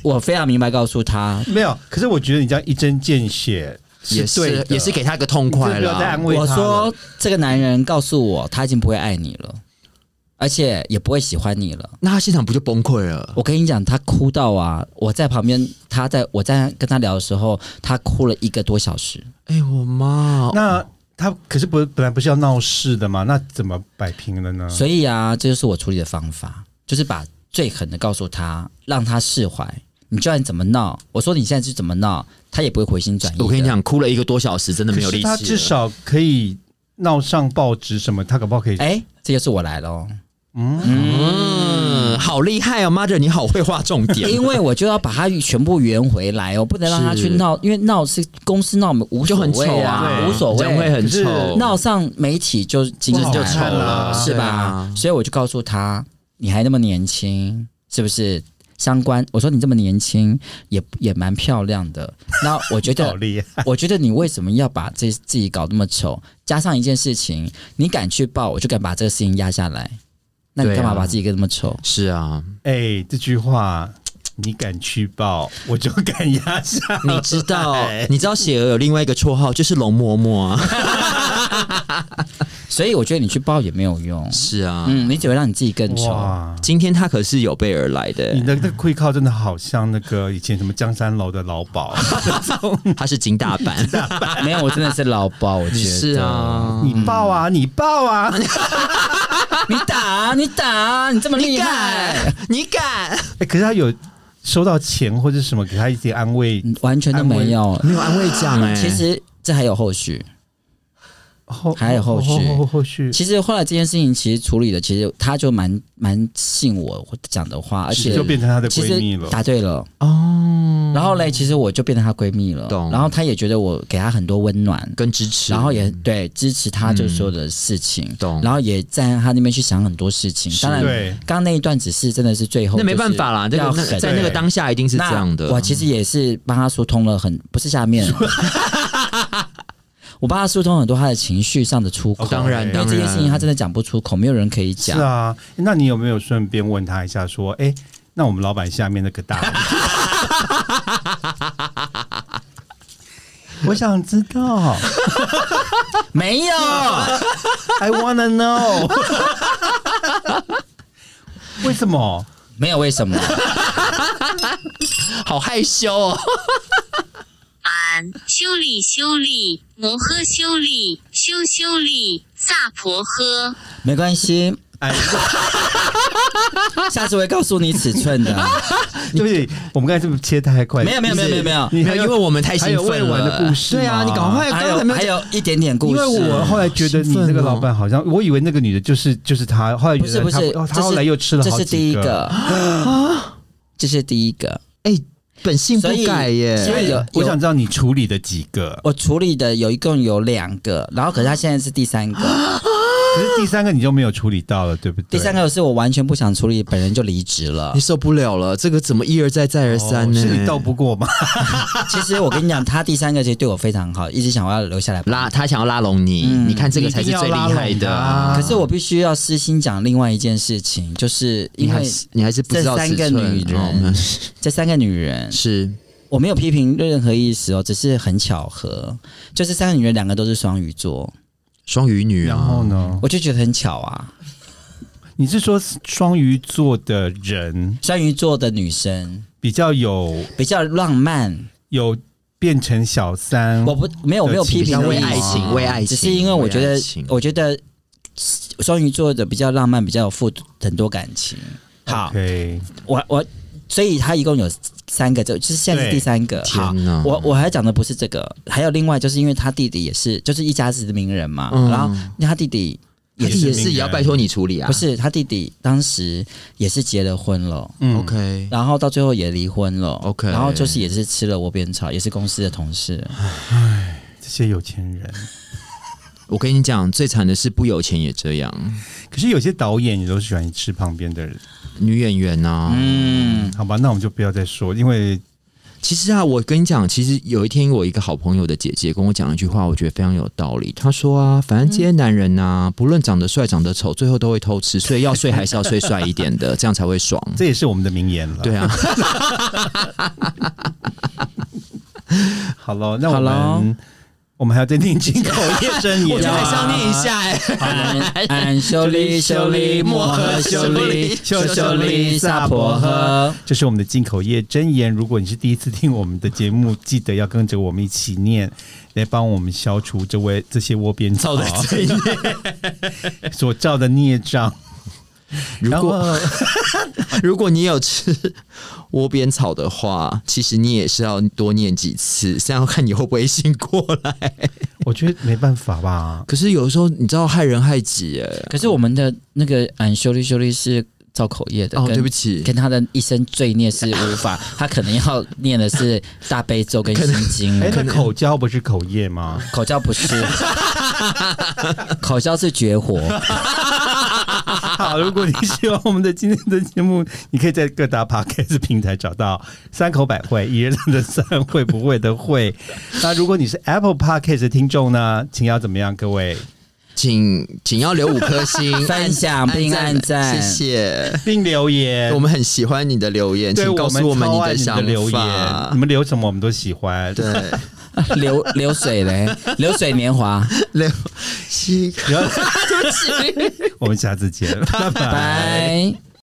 [SPEAKER 3] 我非常明白告诉他，
[SPEAKER 1] 没有。可是我觉得你这样一针见血
[SPEAKER 2] 也
[SPEAKER 1] 对
[SPEAKER 2] 是
[SPEAKER 1] 的
[SPEAKER 2] 也是给他一个痛快
[SPEAKER 1] 你就不要再
[SPEAKER 2] 啦
[SPEAKER 1] 安。慰他
[SPEAKER 3] 我
[SPEAKER 1] 了
[SPEAKER 3] 说这个男人告诉我他已经不会爱你了，而且也不会喜欢你了。
[SPEAKER 2] 那他现场不就崩溃了？
[SPEAKER 3] 我跟你讲，他哭到啊！我在旁边，他在我在跟他聊的时候，他哭了一个多小时。
[SPEAKER 2] 哎、我妈，
[SPEAKER 1] 那他可是不本来不是要闹事的嘛，那怎么摆平了
[SPEAKER 2] 嗯
[SPEAKER 1] 呢？
[SPEAKER 3] 所以啊，这就是我处理的方法，就是把最狠的告诉他，让他释怀。你就算怎么闹，我说你现在是怎么闹，他也不会回心转意。
[SPEAKER 2] 我跟你，讲，哭了一个多小时，真的没有力气
[SPEAKER 1] 可
[SPEAKER 2] 了。
[SPEAKER 1] 是他至少可以闹上报纸什么，他搞不好 可以。
[SPEAKER 3] 哎、这就是我来了哦，
[SPEAKER 2] 嗯，好厉害哦，妈的，你好会画重 点。
[SPEAKER 3] 因为我就要把他全部圆回来哦，不能让他去
[SPEAKER 2] 是
[SPEAKER 3] 闹，因为闹是公司闹，我们无
[SPEAKER 2] 就
[SPEAKER 3] 所
[SPEAKER 2] 很丑
[SPEAKER 3] 谓
[SPEAKER 2] 啊，
[SPEAKER 1] 对
[SPEAKER 3] 无所
[SPEAKER 2] 人会
[SPEAKER 3] 谓。
[SPEAKER 2] 很丑。
[SPEAKER 3] 闹上媒体就精
[SPEAKER 1] 不好
[SPEAKER 3] 彩
[SPEAKER 2] 就丑了
[SPEAKER 3] 是
[SPEAKER 2] 对
[SPEAKER 3] 吧？
[SPEAKER 2] 啊
[SPEAKER 3] 所以我就告诉他，你还那么年轻，是不是？相关，我说你这么年轻，也也蛮漂亮的。那我觉
[SPEAKER 1] 好
[SPEAKER 3] 得，
[SPEAKER 1] 厉害！
[SPEAKER 3] 我觉得你为什么要把这自己搞那么丑？加上一件事情，你敢去报，我就敢把这个事情压下来。那你
[SPEAKER 2] 对啊
[SPEAKER 3] 干嘛把自己给那么丑？
[SPEAKER 2] 是啊，
[SPEAKER 1] 哎、这句话你敢去报，我就敢压下。
[SPEAKER 2] 你知 道，你知道雪儿有另外一个绰号就是龙嬷嬷啊。
[SPEAKER 3] 所以我觉得你去报也没有 用。
[SPEAKER 2] 是啊，
[SPEAKER 3] 嗯，你只会让你自己更丑。
[SPEAKER 1] 哇，
[SPEAKER 2] 今天他可是有备而来的
[SPEAKER 1] 你，的那跪靠真的好像那个以前什么江山楼的老鸨，
[SPEAKER 2] 他是金 大板。
[SPEAKER 3] 没有，我真的是老 包，我觉得。
[SPEAKER 2] 是，啊，
[SPEAKER 1] 你报啊，你报啊！哎、
[SPEAKER 3] 你打啊，你打啊，你这么厉害。，
[SPEAKER 2] 你敢？
[SPEAKER 1] 哎可是他有收到钱或者什么，给他一点安慰，
[SPEAKER 3] 嗯完全都没有。
[SPEAKER 2] 没有安慰奖哎。
[SPEAKER 3] 其实这还有后续。
[SPEAKER 1] 后
[SPEAKER 3] 还有后续
[SPEAKER 1] 后后后续
[SPEAKER 3] 其实后来这件事情其实处理了，其实他就蛮蛮信我讲的话，而且
[SPEAKER 1] 就变成她的
[SPEAKER 3] 其
[SPEAKER 1] 闺蜜
[SPEAKER 3] 实
[SPEAKER 1] 了。
[SPEAKER 3] 答对了。
[SPEAKER 2] 哦，
[SPEAKER 3] 然后嘞，其实我就变成她闺蜜了
[SPEAKER 2] 懂。
[SPEAKER 3] 然后她也觉得我给她很多温暖，
[SPEAKER 2] 跟支持，
[SPEAKER 3] 然后也对支持她就是所有的事情，
[SPEAKER 2] 懂
[SPEAKER 3] 然后也在她那边去想很多事情。当然，
[SPEAKER 1] 对
[SPEAKER 3] 刚刚那一段只是真的是最后，
[SPEAKER 2] 那没办法啦，这
[SPEAKER 3] 就是
[SPEAKER 2] 个
[SPEAKER 3] 要
[SPEAKER 2] 那
[SPEAKER 3] 狠
[SPEAKER 2] 在那个当下一定是这样的。
[SPEAKER 3] 那我其实也是帮他疏通了很，不是 下面，我帮他疏通很多他的情绪上的出口。
[SPEAKER 1] 哦当然
[SPEAKER 3] 因为这件事情他真的讲不出口，没有人可以
[SPEAKER 1] 是
[SPEAKER 3] 讲。
[SPEAKER 1] 啊，那你有没有顺便问他一下，说，哎、那我们老板下面那个大人， 我想知道
[SPEAKER 3] 没有，
[SPEAKER 1] ，I wanna know，为什么？
[SPEAKER 3] 没有为 什么？
[SPEAKER 2] 好害羞哦。
[SPEAKER 4] 俺修理修理摩诃修理修修理萨婆诃。
[SPEAKER 3] 没关系，
[SPEAKER 1] 哎，
[SPEAKER 3] 下次我会告诉你尺寸的。
[SPEAKER 1] 对不起，我们刚才是不是切太快？
[SPEAKER 3] 没有没有没有没有没有，
[SPEAKER 1] 你
[SPEAKER 2] 没
[SPEAKER 1] 还有
[SPEAKER 2] 有，因为我们太
[SPEAKER 1] 还
[SPEAKER 2] 兴
[SPEAKER 1] 有
[SPEAKER 2] 奋
[SPEAKER 1] 未
[SPEAKER 2] 了。
[SPEAKER 1] 完的故事吗
[SPEAKER 2] 对啊，你赶快，刚
[SPEAKER 3] 还
[SPEAKER 2] 才
[SPEAKER 3] 有
[SPEAKER 2] 没
[SPEAKER 3] 还
[SPEAKER 2] 讲
[SPEAKER 3] 有一点点故
[SPEAKER 1] 因
[SPEAKER 3] 事。
[SPEAKER 1] 为我后来觉得你那个老板好像，我以为那个女的就是就是她，后来
[SPEAKER 3] 不是
[SPEAKER 1] 原来
[SPEAKER 3] 不
[SPEAKER 1] 她
[SPEAKER 3] 是
[SPEAKER 1] 哦，她
[SPEAKER 3] 这是
[SPEAKER 1] 后来又吃了
[SPEAKER 3] 这
[SPEAKER 1] 好
[SPEAKER 3] 是
[SPEAKER 1] 几
[SPEAKER 3] 第一
[SPEAKER 1] 个，
[SPEAKER 3] 个， 这是第一个，
[SPEAKER 2] 哎，本性不
[SPEAKER 3] 所以
[SPEAKER 2] 改
[SPEAKER 3] 所
[SPEAKER 2] 耶。
[SPEAKER 3] 以有
[SPEAKER 1] 我
[SPEAKER 3] 有
[SPEAKER 1] 想知道你处理的几个，
[SPEAKER 3] 我处理的有一共有两个，然后可是他现在是第三个。
[SPEAKER 1] 可是第三个你就没有处理到了，对不对？
[SPEAKER 3] 第三个是我完全不想处理，本人就离职了
[SPEAKER 2] 你。受不了了，这个怎么一而再再而三
[SPEAKER 1] 哦
[SPEAKER 2] 呢？
[SPEAKER 1] 是你斗不过吗？
[SPEAKER 3] 其实我跟你讲，他第三个其实对我非常好，一直想我要留下来。
[SPEAKER 2] 拉他想要拉拢你，
[SPEAKER 3] 嗯
[SPEAKER 2] 你看这个才是最厉害
[SPEAKER 1] 你一定要拉拢
[SPEAKER 2] 的。
[SPEAKER 1] 他
[SPEAKER 3] 可是我必须要私心讲另外一件事情，就是
[SPEAKER 2] 你
[SPEAKER 3] 因
[SPEAKER 2] 还
[SPEAKER 3] 为
[SPEAKER 2] 是你还是不知道
[SPEAKER 3] 这三个
[SPEAKER 2] 尺寸
[SPEAKER 3] 女人
[SPEAKER 2] 哦
[SPEAKER 3] 这三个女人，
[SPEAKER 2] 是
[SPEAKER 3] 我没有批评任何意思哦，只是很巧合，就是三个女人两个都是双鱼座，
[SPEAKER 2] 双鱼女
[SPEAKER 1] 然
[SPEAKER 2] 啊。
[SPEAKER 1] 后呢？
[SPEAKER 3] 我就觉得很巧啊。
[SPEAKER 1] 你是说双鱼座的人
[SPEAKER 3] 双鱼座的女生
[SPEAKER 1] 比较有
[SPEAKER 3] 比较浪漫，
[SPEAKER 1] 有变成小三？
[SPEAKER 2] 嗯
[SPEAKER 3] 我不没有我没有批
[SPEAKER 2] 比较
[SPEAKER 3] 评的
[SPEAKER 2] 为
[SPEAKER 3] 意
[SPEAKER 2] 爱
[SPEAKER 3] 思，
[SPEAKER 2] 情，为爱情，
[SPEAKER 3] 只是因为我觉
[SPEAKER 2] 为
[SPEAKER 3] 得
[SPEAKER 2] 爱情，
[SPEAKER 3] 我觉得双鱼座的比较浪漫，比较有付很多感情。好，
[SPEAKER 1] OK，
[SPEAKER 3] 我我，所以他一共有三个，就就是现在是
[SPEAKER 1] 对
[SPEAKER 3] 第三个。好，
[SPEAKER 2] 天哪，
[SPEAKER 3] 我我还讲的不是这个，还有另外就是因为他弟弟也是，就是一家子的名人嘛，
[SPEAKER 2] 嗯
[SPEAKER 3] 然后他弟弟
[SPEAKER 2] 也
[SPEAKER 3] 也
[SPEAKER 2] 是
[SPEAKER 3] 是
[SPEAKER 2] 也是也要拜托你处理啊，
[SPEAKER 3] 不是他弟弟当时也是结了婚了。
[SPEAKER 1] 嗯
[SPEAKER 2] OK，
[SPEAKER 3] 然后到最后也离婚了
[SPEAKER 2] OK
[SPEAKER 3] 然后就是也是吃了窝边草，也是公司的同事，
[SPEAKER 1] 这些有钱人，
[SPEAKER 2] 我跟你讲，最惨的是不有钱也这样，
[SPEAKER 1] 可是有些导演也都喜欢吃旁边的人。
[SPEAKER 2] 女演员呐、啊，
[SPEAKER 3] 嗯，
[SPEAKER 1] 好吧，那我们就不要再说，因为
[SPEAKER 2] 其实啊，我跟你讲，其实有一天我一个好朋友的姐姐跟我讲了一句话，我觉得非常有道理。她说啊，反正这些男人呐、不论长得帅长得丑，最后都会偷吃，所以要睡还是要睡帅一点的，这样才会 爽。
[SPEAKER 1] 这也是我们的名言了。
[SPEAKER 2] 对，啊，
[SPEAKER 1] 好了，那我
[SPEAKER 3] 好
[SPEAKER 1] 们
[SPEAKER 3] 咯
[SPEAKER 1] 我们还要再念进口业啊真言，
[SPEAKER 2] 我觉得还是 要念一下哎、
[SPEAKER 3] 俺俺修理修理摩诃修理修修理萨婆诃。
[SPEAKER 1] 这是我们的进口业真言。如果你是第一次听我们的节目，记得要跟着我们一起念，来帮我们消除这位这些窝边 草
[SPEAKER 2] 罪孽。
[SPEAKER 1] 所造的孽障。
[SPEAKER 2] 如
[SPEAKER 1] 然
[SPEAKER 2] 果
[SPEAKER 1] 后，
[SPEAKER 2] 如果你有吃窝边草的话，其实你也是要多念几次，这样看你会不会醒过来。
[SPEAKER 1] 我觉得没办法吧。
[SPEAKER 2] 可是有时候你知道害人害己哎、
[SPEAKER 3] 可是我们的那个俺修理修理是造口业的，
[SPEAKER 2] 哦，
[SPEAKER 3] 跟
[SPEAKER 2] 对不起，
[SPEAKER 3] 跟他的一生罪孽是无法， 他可能要念的是大悲咒跟心 经
[SPEAKER 1] 哎，。那口交不是口业吗？
[SPEAKER 3] 口交不是， 口交是绝活。，
[SPEAKER 1] 好，如果你喜欢我们的今天的节目，你可以在各大 podcast 平台找到“三口百惠”，一人的三会不会的 会。那如果你是 Apple podcast 的听众呢，请要怎么样？各位，
[SPEAKER 2] 请请要留五颗 星
[SPEAKER 3] 分享
[SPEAKER 2] 按
[SPEAKER 3] 并按赞
[SPEAKER 2] 谢谢。
[SPEAKER 1] 并留言
[SPEAKER 2] 我。们很喜欢你的留言，
[SPEAKER 1] 对
[SPEAKER 2] 请告诉
[SPEAKER 1] 我
[SPEAKER 2] 们
[SPEAKER 1] 超爱
[SPEAKER 2] 的
[SPEAKER 1] 你
[SPEAKER 2] 想
[SPEAKER 1] 的留言，
[SPEAKER 2] 法
[SPEAKER 1] 你。们留什么我们都喜欢。
[SPEAKER 2] 对，
[SPEAKER 3] 流流水嘞，流水年华，
[SPEAKER 2] 留七
[SPEAKER 1] 然后我们下次见，拜拜。
[SPEAKER 3] 拜。